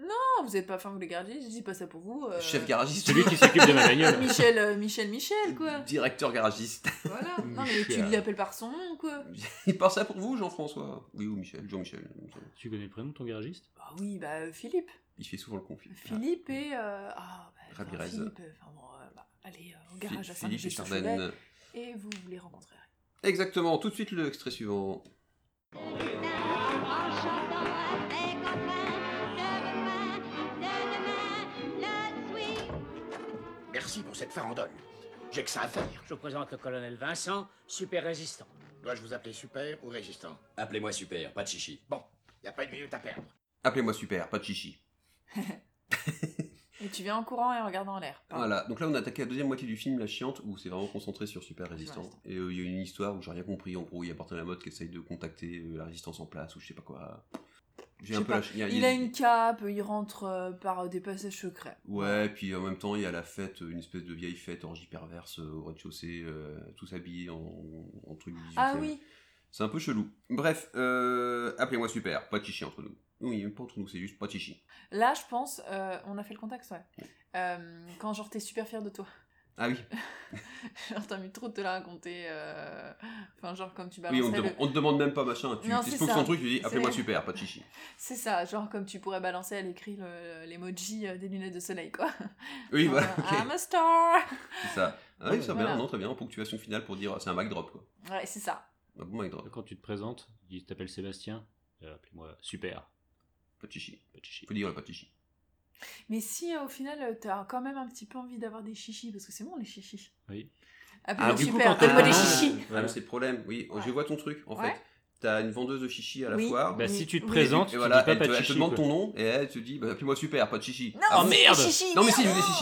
[SPEAKER 9] Non, Ah, vous êtes pas fin, vous les gardez. Je dis pas ça pour vous. euh,
[SPEAKER 8] Chef garagiste.
[SPEAKER 10] Celui qui s'occupe de ma bagnole.
[SPEAKER 9] Michel, euh, Michel, Michel, quoi.
[SPEAKER 8] Directeur garagiste.
[SPEAKER 9] Voilà. Non, mais
[SPEAKER 10] Michel.
[SPEAKER 9] tu l'appelles par son nom, quoi.
[SPEAKER 8] Il parle ça pour vous, Jean-François. Oui, ou Michel, Jean-Michel.
[SPEAKER 10] Tu connais le prénom de ton garagiste
[SPEAKER 9] Ah oui, bah, euh, Philippe.
[SPEAKER 8] Il fait souvent le conflit.
[SPEAKER 9] Philippe et. euh, ah, bah, enfin,
[SPEAKER 8] Ramirez.
[SPEAKER 9] Philippe, euh, enfin, bon, euh, bah, allez, euh, au
[SPEAKER 8] Philippe
[SPEAKER 9] garage à saint michel
[SPEAKER 8] et Chardin.
[SPEAKER 9] Et vous vous les rencontrerez.
[SPEAKER 8] Exactement. Tout de suite, le extrait suivant.
[SPEAKER 2] Merci pour cette farandole. J'ai que ça à faire.
[SPEAKER 6] Je vous présente le colonel Vincent, super résistant.
[SPEAKER 2] Dois-je vous appeler super ou résistant
[SPEAKER 11] Appelez-moi super, pas de chichi.
[SPEAKER 2] Bon, y a pas une minute à perdre.
[SPEAKER 8] Appelez-moi super, pas de chichi.
[SPEAKER 9] Et tu viens en courant et en regardant en l'air. Pardon.
[SPEAKER 8] Voilà, donc Ah là on a attaqué la deuxième moitié du film, La Chiante, où c'est vraiment concentré sur Super Résistant.
[SPEAKER 9] Résistant.
[SPEAKER 8] Et euh, il y a une histoire où j'ai rien compris, en gros, il y a Martin Lamotte qui essaye de contacter euh, la résistance en place, ou je sais pas quoi. J'ai
[SPEAKER 9] Je
[SPEAKER 8] un
[SPEAKER 9] sais
[SPEAKER 8] peu
[SPEAKER 9] pas.
[SPEAKER 8] lâché- il y a- il y
[SPEAKER 9] Il a une cape, il rentre euh, par euh, des passages secrets.
[SPEAKER 8] Ouais, puis en même temps, il y a la fête, une espèce de vieille fête orgie perverse euh, au rez-de-chaussée, euh, tous habillés en, en truc du 18
[SPEAKER 9] Ah oui,
[SPEAKER 8] C'est un peu chelou. Bref, euh, appelez-moi Super, pas de chichi entre nous. Oui, pas entre nous, c'est juste pas de chichi.
[SPEAKER 9] là je pense, euh, on a fait le contact, ouais. Euh, quand genre t'es super fier de toi.
[SPEAKER 8] Ah oui,
[SPEAKER 9] Genre t'as mis trop de te la raconter. euh, Enfin genre comme tu
[SPEAKER 8] oui
[SPEAKER 9] balancerais
[SPEAKER 8] on, te
[SPEAKER 9] Bah, le-
[SPEAKER 8] demande, on te demande même pas machin, tu
[SPEAKER 9] Non, c'est
[SPEAKER 8] t'exposes
[SPEAKER 9] ça.
[SPEAKER 8] ton truc, tu dis
[SPEAKER 9] C'est-
[SPEAKER 8] appelez-moi Super, pas de chichi.
[SPEAKER 9] C'est ça, genre comme tu pourrais balancer à l'écrit le- l'emoji euh, des lunettes de soleil quoi.
[SPEAKER 8] Oui, voilà,
[SPEAKER 9] Genre,
[SPEAKER 8] ok.
[SPEAKER 9] I'm a star
[SPEAKER 8] C'est ça. Ah oui, ça va
[SPEAKER 9] Voilà.
[SPEAKER 8] bien, non, très bien. En ponctuation finale pour dire c'est un mic drop, quoi.
[SPEAKER 9] Ouais, c'est ça.
[SPEAKER 8] Un bon mic drop.
[SPEAKER 10] Quand tu te présentes, il t'appelle Sébastien. Euh, Appelez-moi Super.
[SPEAKER 8] Pas de chichi.
[SPEAKER 10] Pas de chichi.
[SPEAKER 8] Faut dire le pas de chichi.
[SPEAKER 9] Mais si euh, au final, euh, t'as quand même un petit peu envie d'avoir des chichis, parce que c'est bon les chichis.
[SPEAKER 10] Oui.
[SPEAKER 9] Ah,
[SPEAKER 10] Ah,
[SPEAKER 9] bon,
[SPEAKER 10] du coup,
[SPEAKER 9] super,
[SPEAKER 10] quand t'as-
[SPEAKER 9] donne-moi des
[SPEAKER 10] Ah,
[SPEAKER 9] chichis.
[SPEAKER 8] Ah, mais c'est le problème, oui.
[SPEAKER 9] Ouais.
[SPEAKER 8] Je vois ton truc, en
[SPEAKER 9] Ouais.
[SPEAKER 8] fait. T'as une vendeuse de chichi à la
[SPEAKER 9] Oui.
[SPEAKER 8] foire.
[SPEAKER 10] Bah,
[SPEAKER 9] Oui.
[SPEAKER 10] si tu te
[SPEAKER 9] Oui.
[SPEAKER 10] présentes,
[SPEAKER 8] Et
[SPEAKER 10] tu
[SPEAKER 8] voilà,
[SPEAKER 10] dis pas
[SPEAKER 8] elle,
[SPEAKER 10] pas
[SPEAKER 8] te,
[SPEAKER 10] de
[SPEAKER 8] elle te
[SPEAKER 10] chichi.
[SPEAKER 8] demande
[SPEAKER 10] quoi.
[SPEAKER 8] ton nom et elle te dit bah, appelle-moi super, pas de chichi.
[SPEAKER 9] Non,
[SPEAKER 8] ah,
[SPEAKER 10] mais-
[SPEAKER 9] c'est
[SPEAKER 10] merde
[SPEAKER 9] des chichis,
[SPEAKER 8] non mais si, j'ai
[SPEAKER 9] merde.
[SPEAKER 8] des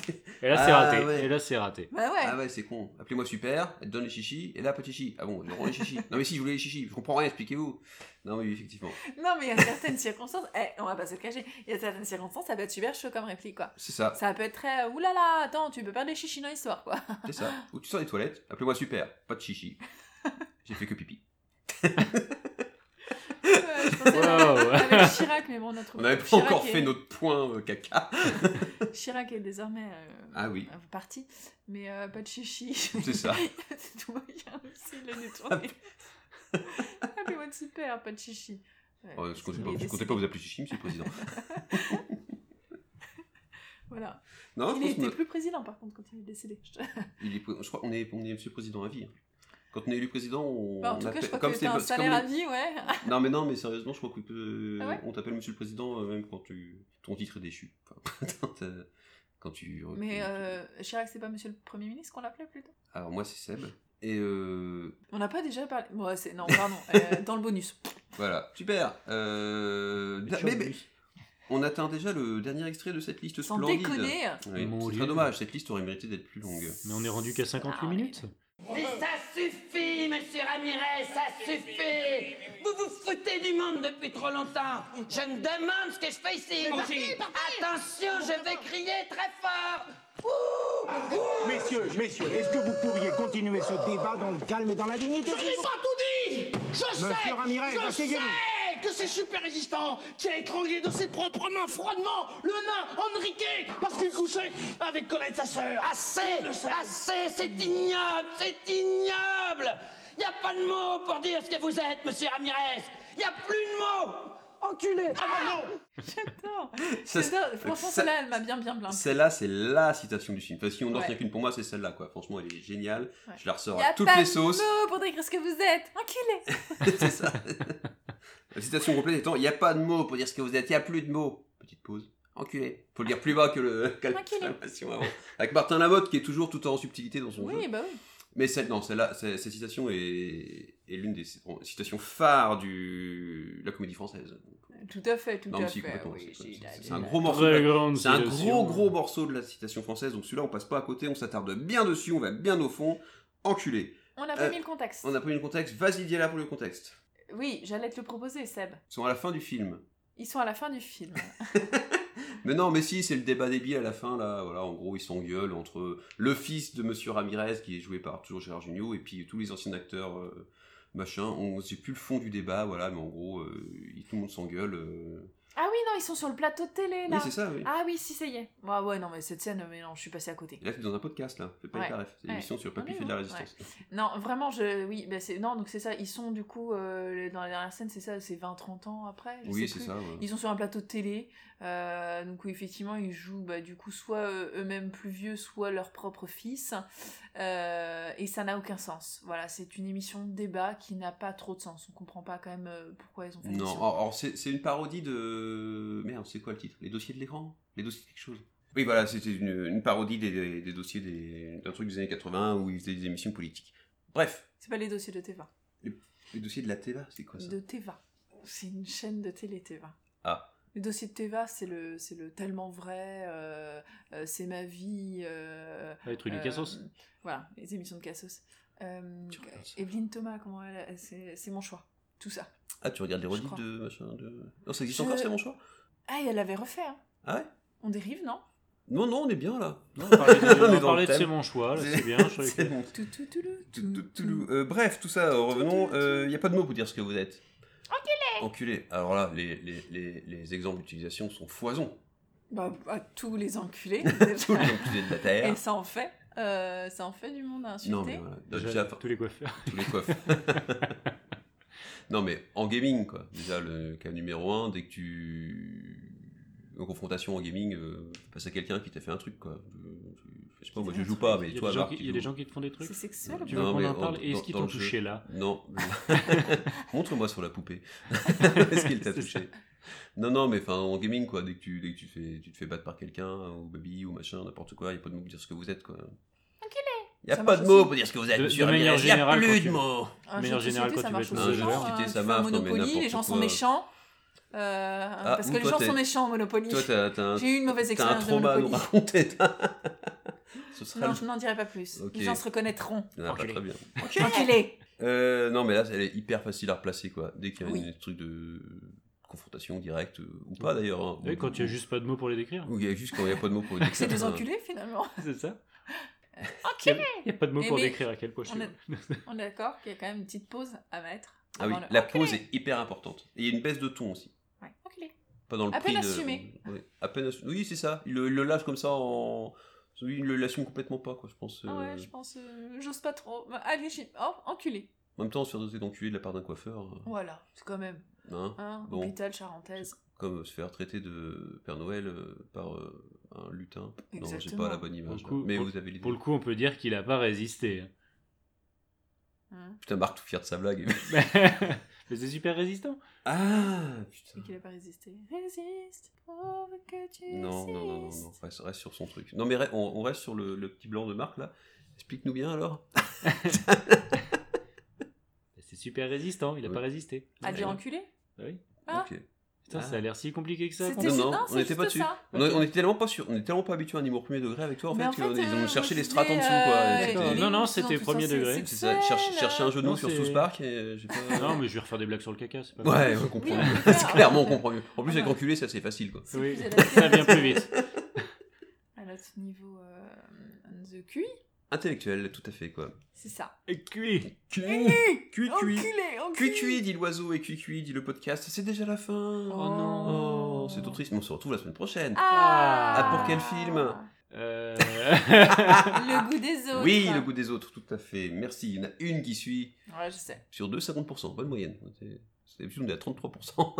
[SPEAKER 8] chichis. Ouais.
[SPEAKER 10] Et là, c'est raté.
[SPEAKER 8] Ah, ouais.
[SPEAKER 10] Et là, c'est raté.
[SPEAKER 9] Bah ouais.
[SPEAKER 8] Ah ouais, c'est con. Appelez-moi super, elle te donne les chichis et là pas de chichi. Ah bon, je rends les chichis. non mais si, je voulais les chichis, je comprends rien, expliquez-vous. Non mais oui, effectivement.
[SPEAKER 9] Non, mais il y a certaines circonstances, eh, on va pas se le cacher, il y a certaines circonstances, ça peut être super chaud comme réplique, quoi.
[SPEAKER 8] C'est ça,
[SPEAKER 9] Ça peut être très, oulala, attends, tu peux perdre des chichis dans l'histoire, quoi.
[SPEAKER 8] c'est ça. Ou tu sors des toilettes, appelez-moi super, pas de chichi. J'ai fait que pipi.
[SPEAKER 9] Ouais, je pensais
[SPEAKER 10] Wow.
[SPEAKER 9] à- avec Chirac, mais bon, on a
[SPEAKER 8] On
[SPEAKER 9] trouvé.
[SPEAKER 8] n'avait pas
[SPEAKER 9] Chirac
[SPEAKER 8] encore
[SPEAKER 9] est-
[SPEAKER 8] fait notre point euh, caca.
[SPEAKER 9] Chirac est désormais euh,
[SPEAKER 8] Ah oui.
[SPEAKER 9] euh, parti, mais euh, pas de chichi.
[SPEAKER 8] C'est ça.
[SPEAKER 9] C'est tout moyen aussi, Ah, il a détourné. Appelez-moi de super, pas de chichi. Ouais,
[SPEAKER 8] Oh, Ah, je
[SPEAKER 9] parce
[SPEAKER 8] comptais
[SPEAKER 9] qu'il
[SPEAKER 8] pas, je
[SPEAKER 9] est
[SPEAKER 8] comptais
[SPEAKER 9] décédé.
[SPEAKER 8] pas vous appeler chichi, monsieur le président.
[SPEAKER 9] Voilà.
[SPEAKER 8] Non, je
[SPEAKER 9] il
[SPEAKER 8] pense qu'on
[SPEAKER 9] était
[SPEAKER 8] a-
[SPEAKER 9] plus président, par contre, quand il est décédé. Je-
[SPEAKER 8] Il est, je crois qu'on est, on est monsieur le président à vie. hein. Quand on est élu président, on.
[SPEAKER 9] Bah, en
[SPEAKER 8] on
[SPEAKER 9] tout cas, je
[SPEAKER 8] appelle-
[SPEAKER 9] crois
[SPEAKER 8] comme
[SPEAKER 9] que
[SPEAKER 8] c'est-
[SPEAKER 9] t'as un
[SPEAKER 8] c'est comme
[SPEAKER 9] salaire à
[SPEAKER 8] les-
[SPEAKER 9] vie, ouais.
[SPEAKER 8] Non, mais non, mais sérieusement, je crois que. euh,
[SPEAKER 9] Ah ouais
[SPEAKER 8] on t'appelle monsieur le président euh, même quand tu, ton titre est déchu. Enfin, quand, euh, quand tu.
[SPEAKER 9] Mais euh, Chirac, c'est pas monsieur le Premier ministre qu'on l'appelait plutôt
[SPEAKER 8] Alors, moi, c'est Seb. Et euh,
[SPEAKER 9] On n'a pas déjà parlé. Bon, ouais, c'est... Non, pardon, euh, dans le bonus.
[SPEAKER 8] voilà. Super euh, da- mais- mais- On atteint déjà le dernier extrait de cette liste
[SPEAKER 9] Sans
[SPEAKER 8] splendide.
[SPEAKER 9] déconner
[SPEAKER 8] Oui,
[SPEAKER 10] Mon
[SPEAKER 8] c'est
[SPEAKER 10] Dieu.
[SPEAKER 8] très dommage, cette liste aurait mérité d'être plus longue.
[SPEAKER 10] Mais on est rendu qu'à 58
[SPEAKER 9] Ah, oui.
[SPEAKER 10] minutes.
[SPEAKER 11] Mais ça suffit, monsieur Ramirez, ça suffit Vous vous foutez du monde depuis trop longtemps Je me demande ce que je fais ici Attention, je vais crier très fort
[SPEAKER 2] Messieurs, messieurs, est-ce que vous pourriez continuer ce débat dans le calme et dans la dignité
[SPEAKER 11] Je n'ai pas tout dit Je sais
[SPEAKER 2] Monsieur Ramirez,
[SPEAKER 11] Je
[SPEAKER 2] asseyez-vous.
[SPEAKER 11] sais que c'est super résistant qui a étranglé de ses propres mains froidement le nain Enrique parce qu'il couchait avec Colette, sa sœur. Assez Assez C'est Ah, ignoble C'est ignoble Il n'y a pas de mots pour dire ce que vous êtes, monsieur Ramirez Il n'y a plus de mots Enculé Ah non
[SPEAKER 9] J'adore
[SPEAKER 8] Ça,
[SPEAKER 9] J'adore. Franchement,
[SPEAKER 8] ça-
[SPEAKER 9] celle-là, elle m'a bien, bien blindée.
[SPEAKER 8] Celle-là, c'est la citation du film. Enfin, si on n'en
[SPEAKER 9] Ouais.
[SPEAKER 8] retient qu'une pour moi, c'est celle-là. quoi. Franchement, elle est géniale.
[SPEAKER 9] Ouais.
[SPEAKER 8] Je la ressors
[SPEAKER 9] Y a
[SPEAKER 8] à toutes
[SPEAKER 9] pas
[SPEAKER 8] les
[SPEAKER 9] de
[SPEAKER 8] sauces.
[SPEAKER 9] mots pour décrire ce que vous êtes Enculé
[SPEAKER 8] c'est ça. La citation complète étant il n'y a pas de mots pour dire ce que vous êtes, il n'y a plus de mots. Petite pause. Enculé. Faut le dire plus bas que le que
[SPEAKER 9] Enculé.
[SPEAKER 8] l'exclamation avant. Avec Martin Lamotte qui est toujours tout en subtilité dans son
[SPEAKER 9] Oui,
[SPEAKER 8] jeu.
[SPEAKER 9] bah oui.
[SPEAKER 8] Mais celle, non, celle-là, c'est- cette citation est, est l'une des citations phares de la comédie française.
[SPEAKER 9] Tout à fait, tout
[SPEAKER 8] Non,
[SPEAKER 9] à
[SPEAKER 8] mais si,
[SPEAKER 9] fait.
[SPEAKER 8] complètement,
[SPEAKER 9] oui,
[SPEAKER 8] Bah, c'est-
[SPEAKER 9] j'ai-
[SPEAKER 8] c'est-
[SPEAKER 9] j'ai-
[SPEAKER 8] c'est un gros morceau. de la-
[SPEAKER 10] Très grande
[SPEAKER 8] C'est un
[SPEAKER 10] citation.
[SPEAKER 8] gros gros morceau de la citation française, donc celui-là on passe pas à côté, on s'attarde bien dessus, on va bien au fond. Enculé.
[SPEAKER 9] On n'a pas
[SPEAKER 8] Euh,
[SPEAKER 9] mis le contexte.
[SPEAKER 8] On a pris le contexte, vas-y Diala pour le contexte.
[SPEAKER 9] Oui, j'allais te le proposer, Seb.
[SPEAKER 8] Ils sont à la fin du film.
[SPEAKER 9] Ils sont à la fin du film.
[SPEAKER 8] Mais non, mais si, c'est le débat débile à la fin, là. Voilà, en gros, ils s'engueulent entre le fils de Monsieur Ramirez, qui est joué par toujours Gérard Jugnot, et puis tous les anciens acteurs, euh, machin. On sait plus le fond du débat, voilà, mais en gros, euh, ils- tout le monde s'engueule. euh.
[SPEAKER 9] ah oui, non, ils sont sur le plateau de télé, là.
[SPEAKER 8] Oui, c'est ça, oui.
[SPEAKER 9] ah oui, si, ça y est. Ah ouais, non, mais cette scène, mais non, je suis passée à côté.
[SPEAKER 8] Et là, t'es dans un podcast, là. Fais pas
[SPEAKER 9] Ouais.
[SPEAKER 8] une tarif. C'est
[SPEAKER 9] Ouais.
[SPEAKER 8] l'émission sur Papy
[SPEAKER 9] Ah,
[SPEAKER 8] fait de la
[SPEAKER 9] non,
[SPEAKER 8] résistance.
[SPEAKER 9] Non, vraiment, je. Oui, bah c'est. Non, donc c'est ça. Ils sont du coup. euh, les- dans la dernière scène, c'est ça, c'est 20-30 ans après. je
[SPEAKER 8] Oui,
[SPEAKER 9] sais
[SPEAKER 8] c'est
[SPEAKER 9] plus.
[SPEAKER 8] ça. ouais.
[SPEAKER 9] Ils sont sur un plateau de télé. euh, donc, où effectivement, ils jouent bah, du coup soit euh, eux-mêmes plus vieux, soit leur propre fils. euh, et ça n'a aucun sens. Voilà, c'est une émission de débat qui n'a pas trop de sens. On comprend pas quand même euh, pourquoi ils ont fait
[SPEAKER 8] Non, Oh.
[SPEAKER 9] l'émission.
[SPEAKER 8] or, or, c'est c'est une parodie de. Merde, c'est quoi le titre Les dossiers de l'écran Les dossiers de quelque chose Oui, voilà, c'était une, une parodie des, des- des dossiers des- d'un truc des années 80 où ils faisaient des émissions politiques. Bref,
[SPEAKER 9] C'est pas les dossiers de Teva.
[SPEAKER 8] les dossiers de la TVA, c'est quoi ça
[SPEAKER 9] De Teva. C'est une chaîne de télé, Teva.
[SPEAKER 8] Ah.
[SPEAKER 9] Le dossier de Teva, c'est le, c'est le tellement vrai, euh, euh, c'est ma vie, euh,
[SPEAKER 10] Ah, Les trucs du
[SPEAKER 9] Euh,
[SPEAKER 10] cassos.
[SPEAKER 9] Voilà, les émissions de Cassos. Euh,
[SPEAKER 8] Tu regardes ça.
[SPEAKER 9] Evelyne Thomas, comment elle, elle- c'est c'est mon choix. Tout ça.
[SPEAKER 8] Ah, tu regardes les
[SPEAKER 9] Je
[SPEAKER 8] redites
[SPEAKER 9] crois.
[SPEAKER 8] de machin de. Non, ça existe
[SPEAKER 9] Je-
[SPEAKER 8] encore, c'est mon choix
[SPEAKER 9] Ah, et elle l'avait refait. hein.
[SPEAKER 8] Ah ouais
[SPEAKER 9] On dérive, non
[SPEAKER 8] Non, non, on est bien là.
[SPEAKER 10] Non, on parlait
[SPEAKER 8] On est
[SPEAKER 10] de, on
[SPEAKER 8] dans
[SPEAKER 10] parlait
[SPEAKER 8] le
[SPEAKER 10] de
[SPEAKER 8] thème.
[SPEAKER 10] c'est mon choix, là, c'est bien. je suis
[SPEAKER 8] C'est
[SPEAKER 10] avec-
[SPEAKER 8] bon.
[SPEAKER 9] Tout, tout, tout, tout,
[SPEAKER 8] Tout- tout-
[SPEAKER 9] tout,
[SPEAKER 8] tout- tout. Euh, bref, tout ça, revenons. Il n'y a pas de mots pour dire ce que vous êtes. Enculé Enculé. Alors là, les, les, les, les exemples d'utilisation sont foison.
[SPEAKER 9] Bah, à tous les enculés.
[SPEAKER 8] Tous les
[SPEAKER 9] déjà.
[SPEAKER 8] enculés de la Terre.
[SPEAKER 9] et ça en fait. euh, ça en fait du monde à insulter.
[SPEAKER 8] Non, mais voilà. Déjà,
[SPEAKER 10] Déjà,
[SPEAKER 8] par-
[SPEAKER 10] tous les coiffeurs.
[SPEAKER 8] tous les coiffes. non, mais en gaming, quoi. Déjà, le cas numéro un, dès que tu. En confrontation en gaming, euh, face à quelqu'un qui t'a fait un truc, quoi. Euh, tu- Je sais pas, moi je joue pas, mais
[SPEAKER 10] Il y a
[SPEAKER 8] toi,
[SPEAKER 10] des gens
[SPEAKER 8] Marc,
[SPEAKER 10] qui-
[SPEAKER 8] tu
[SPEAKER 10] il y a des
[SPEAKER 8] joues.
[SPEAKER 10] gens qui te font des trucs.
[SPEAKER 9] C'est sexuel
[SPEAKER 10] Tu
[SPEAKER 9] ou
[SPEAKER 10] veux
[SPEAKER 9] pas
[SPEAKER 8] Non, mais
[SPEAKER 10] qu'on en
[SPEAKER 8] en-
[SPEAKER 10] parle Et
[SPEAKER 8] dans-
[SPEAKER 10] est-ce qu'ils
[SPEAKER 8] dans
[SPEAKER 10] t'ont
[SPEAKER 8] le jeu.
[SPEAKER 10] touché là
[SPEAKER 8] Non. Montre-moi sur la poupée. Est-ce qu'il t'a
[SPEAKER 10] C'est
[SPEAKER 8] touché Non, non, mais enfin, en gaming, quoi, dès que tu, dès que tu, fais, tu te fais battre par quelqu'un, ou baby, ou machin, n'importe quoi, il n'y a pas de mots pour dire ce que vous êtes, quoi. Il n'y a
[SPEAKER 9] Ça
[SPEAKER 8] pas
[SPEAKER 9] marche
[SPEAKER 8] de mots
[SPEAKER 9] aussi.
[SPEAKER 8] pour dire ce que vous êtes,
[SPEAKER 10] De-
[SPEAKER 8] monsieur
[SPEAKER 10] de manière
[SPEAKER 8] Ramirez, y a
[SPEAKER 10] générale, quand
[SPEAKER 8] plus
[SPEAKER 10] tu-
[SPEAKER 8] de mots.
[SPEAKER 9] Un
[SPEAKER 10] Mais en
[SPEAKER 9] jeu de
[SPEAKER 10] général,
[SPEAKER 9] société,
[SPEAKER 10] quand
[SPEAKER 9] ça
[SPEAKER 10] tu
[SPEAKER 9] marche
[SPEAKER 8] être
[SPEAKER 10] veux
[SPEAKER 9] aussi,
[SPEAKER 8] un jeu de
[SPEAKER 9] non,
[SPEAKER 8] société,
[SPEAKER 9] euh,
[SPEAKER 8] ça
[SPEAKER 9] tu fais
[SPEAKER 8] marche,
[SPEAKER 9] un
[SPEAKER 8] non, mais
[SPEAKER 9] Monopoly, les
[SPEAKER 8] n'importe
[SPEAKER 9] gens sont
[SPEAKER 8] quoi.
[SPEAKER 9] méchants. euh, parce
[SPEAKER 8] Ah, ou
[SPEAKER 9] que les
[SPEAKER 8] toi,
[SPEAKER 9] gens
[SPEAKER 8] t'es-
[SPEAKER 9] sont méchants au Monopoly.
[SPEAKER 8] Toi, t'as t'as un,
[SPEAKER 9] J'ai eu une mauvaise
[SPEAKER 8] t'as un
[SPEAKER 9] expérience de
[SPEAKER 8] trauma à nous
[SPEAKER 9] Monopoly.
[SPEAKER 8] raconter. t'as- ce sera
[SPEAKER 9] Non,
[SPEAKER 8] le-
[SPEAKER 9] je n'en dirai pas plus.
[SPEAKER 8] Ok.
[SPEAKER 9] Les gens se reconnaîtront.
[SPEAKER 8] Ah, pas
[SPEAKER 6] Enculé.
[SPEAKER 8] très bien.
[SPEAKER 9] Enculé
[SPEAKER 8] Euh, non, mais là, elle est hyper facile à replacer, quoi. Dès qu'il y a
[SPEAKER 9] Oui.
[SPEAKER 8] un truc de confrontation directe, euh, ou pas d'ailleurs. hein.
[SPEAKER 10] Oui, Quand il n'y a juste pas de mots pour les décrire.
[SPEAKER 8] Ou il y a juste quand il n'y a pas de mots pour décrire.
[SPEAKER 9] C'est des
[SPEAKER 8] hein.
[SPEAKER 9] enculés finalement.
[SPEAKER 10] C'est ça Il n'y a pas de mots
[SPEAKER 9] Eh
[SPEAKER 10] pour
[SPEAKER 9] mais-
[SPEAKER 10] décrire à quel point je
[SPEAKER 9] On
[SPEAKER 10] suis.
[SPEAKER 9] est- On est d'accord qu'il y a quand même une petite pause à mettre.
[SPEAKER 8] Ah oui,
[SPEAKER 9] avant le-
[SPEAKER 8] la
[SPEAKER 9] Enculé.
[SPEAKER 8] pause est hyper importante. Et il y a une baisse de ton aussi.
[SPEAKER 9] Ouais, enculé.
[SPEAKER 8] Pas dans le
[SPEAKER 9] À
[SPEAKER 8] prix
[SPEAKER 9] peine
[SPEAKER 8] de-
[SPEAKER 9] assumé.
[SPEAKER 8] Ouais, à peine assu- Oui, c'est ça. Il le, il le lâche comme ça en. Lui, il ne l'assume complètement pas, quoi, je pense. euh,
[SPEAKER 9] Ah ouais, je pense, euh, j'ose pas trop. Bah, allez, j'y- oh, enculé.
[SPEAKER 8] En même temps, se faire doter d'enculé de la part d'un coiffeur, euh,
[SPEAKER 9] Voilà, c'est quand même.
[SPEAKER 8] hein,
[SPEAKER 9] Hein,
[SPEAKER 8] Bon.
[SPEAKER 9] Hôpital charentaise.
[SPEAKER 8] comme euh, se faire traiter de Père Noël euh, par euh, un lutin. Non, j'ai
[SPEAKER 9] Exactement.
[SPEAKER 8] pas la bonne image.
[SPEAKER 10] Pour le coup-
[SPEAKER 8] là. mais
[SPEAKER 10] pour-
[SPEAKER 8] vous avez l'idée.
[SPEAKER 10] Pour le coup, on peut dire qu'il n'a pas résisté. hein.
[SPEAKER 9] Hein,
[SPEAKER 8] Putain, Marc, tout fier de sa blague.
[SPEAKER 10] Mais c'est super résistant.
[SPEAKER 8] ah, putain.
[SPEAKER 9] et qu'il a pas résisté. Résiste, pauvre que tu
[SPEAKER 8] Non, non, non, non,
[SPEAKER 9] existes.
[SPEAKER 8] non. Reste, reste sur son truc. Non, mais re- on, on reste sur le, le petit blanc de Marc, là. Explique-nous bien, alors.
[SPEAKER 10] Mais C'est super résistant, il n'a
[SPEAKER 8] Oui.
[SPEAKER 10] pas résisté.
[SPEAKER 9] À dire
[SPEAKER 8] Ouais.
[SPEAKER 9] enculé
[SPEAKER 10] Ah oui
[SPEAKER 9] Ah.
[SPEAKER 8] Ok.
[SPEAKER 10] Putain,
[SPEAKER 8] Ah.
[SPEAKER 10] ça a l'air si compliqué que ça.
[SPEAKER 8] Non,
[SPEAKER 9] C'était
[SPEAKER 10] qu'on-
[SPEAKER 9] juste-
[SPEAKER 8] non,
[SPEAKER 9] non,
[SPEAKER 8] on
[SPEAKER 9] c'est
[SPEAKER 8] était
[SPEAKER 9] juste
[SPEAKER 8] pas dessus.
[SPEAKER 9] ça.
[SPEAKER 8] On, est- on est tellement pas sûr, on est tellement pas habitué à un humour premier degré avec toi en
[SPEAKER 9] Mais
[SPEAKER 8] fait,
[SPEAKER 9] en fait,
[SPEAKER 8] qu'ils
[SPEAKER 9] euh,
[SPEAKER 8] ont
[SPEAKER 9] moi,
[SPEAKER 8] cherché les
[SPEAKER 9] je
[SPEAKER 8] strates en
[SPEAKER 9] voulais,
[SPEAKER 8] dessous
[SPEAKER 9] euh,
[SPEAKER 8] quoi.
[SPEAKER 10] D'accord.
[SPEAKER 9] il est
[SPEAKER 10] Non,
[SPEAKER 9] de
[SPEAKER 10] non,
[SPEAKER 9] plus en
[SPEAKER 10] c'était
[SPEAKER 9] plus
[SPEAKER 10] premier
[SPEAKER 9] sensé-
[SPEAKER 10] degré.
[SPEAKER 8] C'est ça, chercher,
[SPEAKER 9] sexuel,
[SPEAKER 8] chercher un genou
[SPEAKER 10] Non,
[SPEAKER 8] sur
[SPEAKER 10] c'est-
[SPEAKER 8] South Park et euh, j'ai pas.
[SPEAKER 10] Non, mais je vais refaire des blagues sur le caca, c'est pas grave.
[SPEAKER 8] Ouais, on comprend.
[SPEAKER 9] Oui, on
[SPEAKER 8] c'est
[SPEAKER 9] peut
[SPEAKER 8] clairement, on
[SPEAKER 9] faire.
[SPEAKER 8] comprend mieux. En plus,
[SPEAKER 9] Ah
[SPEAKER 8] avec
[SPEAKER 9] ouais.
[SPEAKER 8] enculé, c'est assez facile quoi.
[SPEAKER 9] C'est
[SPEAKER 10] Oui.
[SPEAKER 9] plus adapté
[SPEAKER 10] Ça
[SPEAKER 9] à
[SPEAKER 10] vient
[SPEAKER 9] notre-
[SPEAKER 10] plus vite.
[SPEAKER 9] À notre niveau euh, the QI,
[SPEAKER 8] Intellectuel, tout à fait quoi.
[SPEAKER 9] c'est ça.
[SPEAKER 10] Et cuit
[SPEAKER 8] Cui, cui, cui.
[SPEAKER 9] Enculé, enculé.
[SPEAKER 8] Cui, cui, dit l'oiseau et cui, cui, dit le podcast. C'est déjà la fin.
[SPEAKER 10] Oh non.
[SPEAKER 8] Oh, c'est trop triste, mais on se retrouve la semaine prochaine.
[SPEAKER 9] Ah,
[SPEAKER 8] Ah, pour quel film
[SPEAKER 10] Euh...
[SPEAKER 9] Le goût des autres.
[SPEAKER 8] Oui, le goût des autres, tout à fait. Merci. Il y en a une qui suit
[SPEAKER 9] Ouais, je sais.
[SPEAKER 8] sur deux, 50%. Bonne moyenne. C'est- C'est d'habitude, on est à 33%.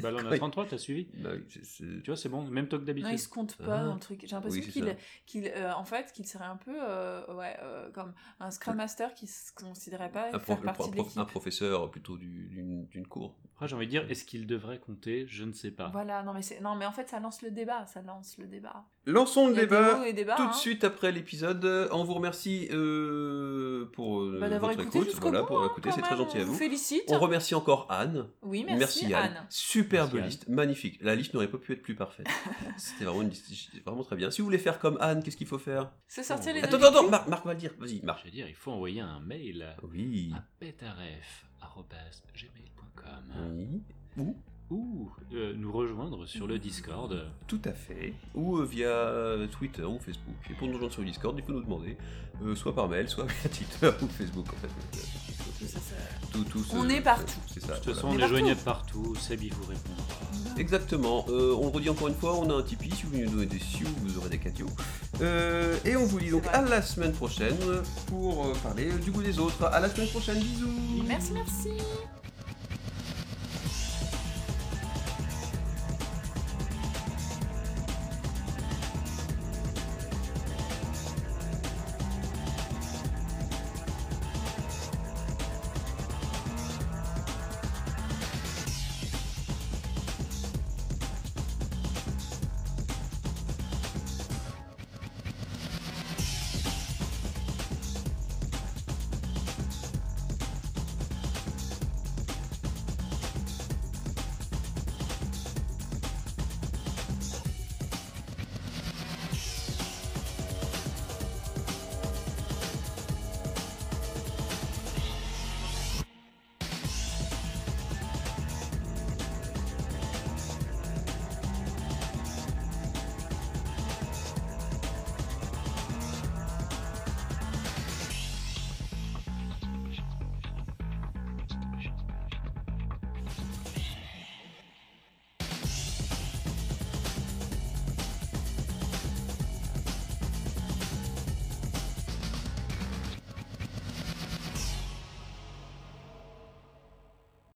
[SPEAKER 10] bah là, on a 33, t'as suivi
[SPEAKER 8] Bah oui, c'est- c'est-
[SPEAKER 10] Tu vois, c'est bon, même toc
[SPEAKER 9] Non, il se
[SPEAKER 10] d'habitude.
[SPEAKER 9] compte pas
[SPEAKER 8] Ah.
[SPEAKER 9] dans le truc. J'ai l'impression
[SPEAKER 8] Oui, c'est ça.
[SPEAKER 9] qu'il, qu'il, euh, en fait, qu'il serait un peu, euh, ouais, euh, comme un scrum master qui se considérait pas
[SPEAKER 8] un,
[SPEAKER 9] faire
[SPEAKER 8] prof- un
[SPEAKER 9] partie
[SPEAKER 8] prof-
[SPEAKER 9] de
[SPEAKER 8] un
[SPEAKER 9] l'équipe.
[SPEAKER 8] professeur plutôt du- d'une d'une cour.
[SPEAKER 10] Après, Ah, j'ai envie de dire, est-ce qu'il devrait compter Je ne sais pas.
[SPEAKER 9] Voilà, non mais c'est, non mais en fait, ça lance le débat, ça lance le débat.
[SPEAKER 8] Lançons le
[SPEAKER 9] Il y a des
[SPEAKER 8] débat
[SPEAKER 9] hauts et des bas,
[SPEAKER 8] tout
[SPEAKER 9] hein.
[SPEAKER 8] de suite après l'épisode. On vous remercie euh, pour euh,
[SPEAKER 9] Bah, d'avoir
[SPEAKER 8] votre
[SPEAKER 9] écouté
[SPEAKER 8] écoute.
[SPEAKER 9] jusqu'au
[SPEAKER 8] Voilà,
[SPEAKER 9] bout,
[SPEAKER 8] pour
[SPEAKER 9] hein,
[SPEAKER 8] écouter,
[SPEAKER 9] quand
[SPEAKER 8] c'est très
[SPEAKER 9] même.
[SPEAKER 8] gentil à
[SPEAKER 9] On
[SPEAKER 8] vous.
[SPEAKER 9] Félicite.
[SPEAKER 8] On remercie encore Anne.
[SPEAKER 9] Oui, merci, Anne.
[SPEAKER 8] Superbe
[SPEAKER 10] Merci, Anne.
[SPEAKER 8] liste, magnifique. La liste n'aurait pas pu être plus parfaite. C'était vraiment une liste vraiment très bien. Si vous voulez faire comme Anne, qu'est-ce qu'il faut faire
[SPEAKER 9] Se sortir les
[SPEAKER 8] Attends,
[SPEAKER 9] doigts du
[SPEAKER 8] attends,
[SPEAKER 9] cul.
[SPEAKER 8] Marc, Marc va le dire. Vas-y, Marc.
[SPEAKER 10] Je veux dire, il faut envoyer un mail
[SPEAKER 8] Oui.
[SPEAKER 10] à pétaref.gmail.com
[SPEAKER 8] Oui. Ou
[SPEAKER 10] ou euh, nous rejoindre sur
[SPEAKER 9] Mmh.
[SPEAKER 10] le Discord.
[SPEAKER 8] Tout à fait. Ou euh, via euh, Twitter ou Facebook. Et pour nous rejoindre sur le Discord, il faut nous demander, euh, soit par mail, soit via Twitter ou Facebook. En fait. Euh,
[SPEAKER 9] Tout ça, ça-
[SPEAKER 8] Tout, tout ce-
[SPEAKER 9] On est partout.
[SPEAKER 8] C'est ça.
[SPEAKER 10] De toute façon,
[SPEAKER 8] Ah, voilà.
[SPEAKER 10] on
[SPEAKER 9] Mais
[SPEAKER 10] est
[SPEAKER 9] partout.
[SPEAKER 10] joignable partout, Sabi vous répond.
[SPEAKER 8] Exactement. Euh, on le redit encore une fois, on a un Tipeee. Si vous voulez nous donner des sioux, vous aurez des catios. Euh, et on vous dit donc
[SPEAKER 9] C'est
[SPEAKER 8] à
[SPEAKER 9] vrai.
[SPEAKER 8] la semaine prochaine pour euh, parler euh, du goût des autres. À la semaine prochaine, bisous.
[SPEAKER 9] Merci, merci.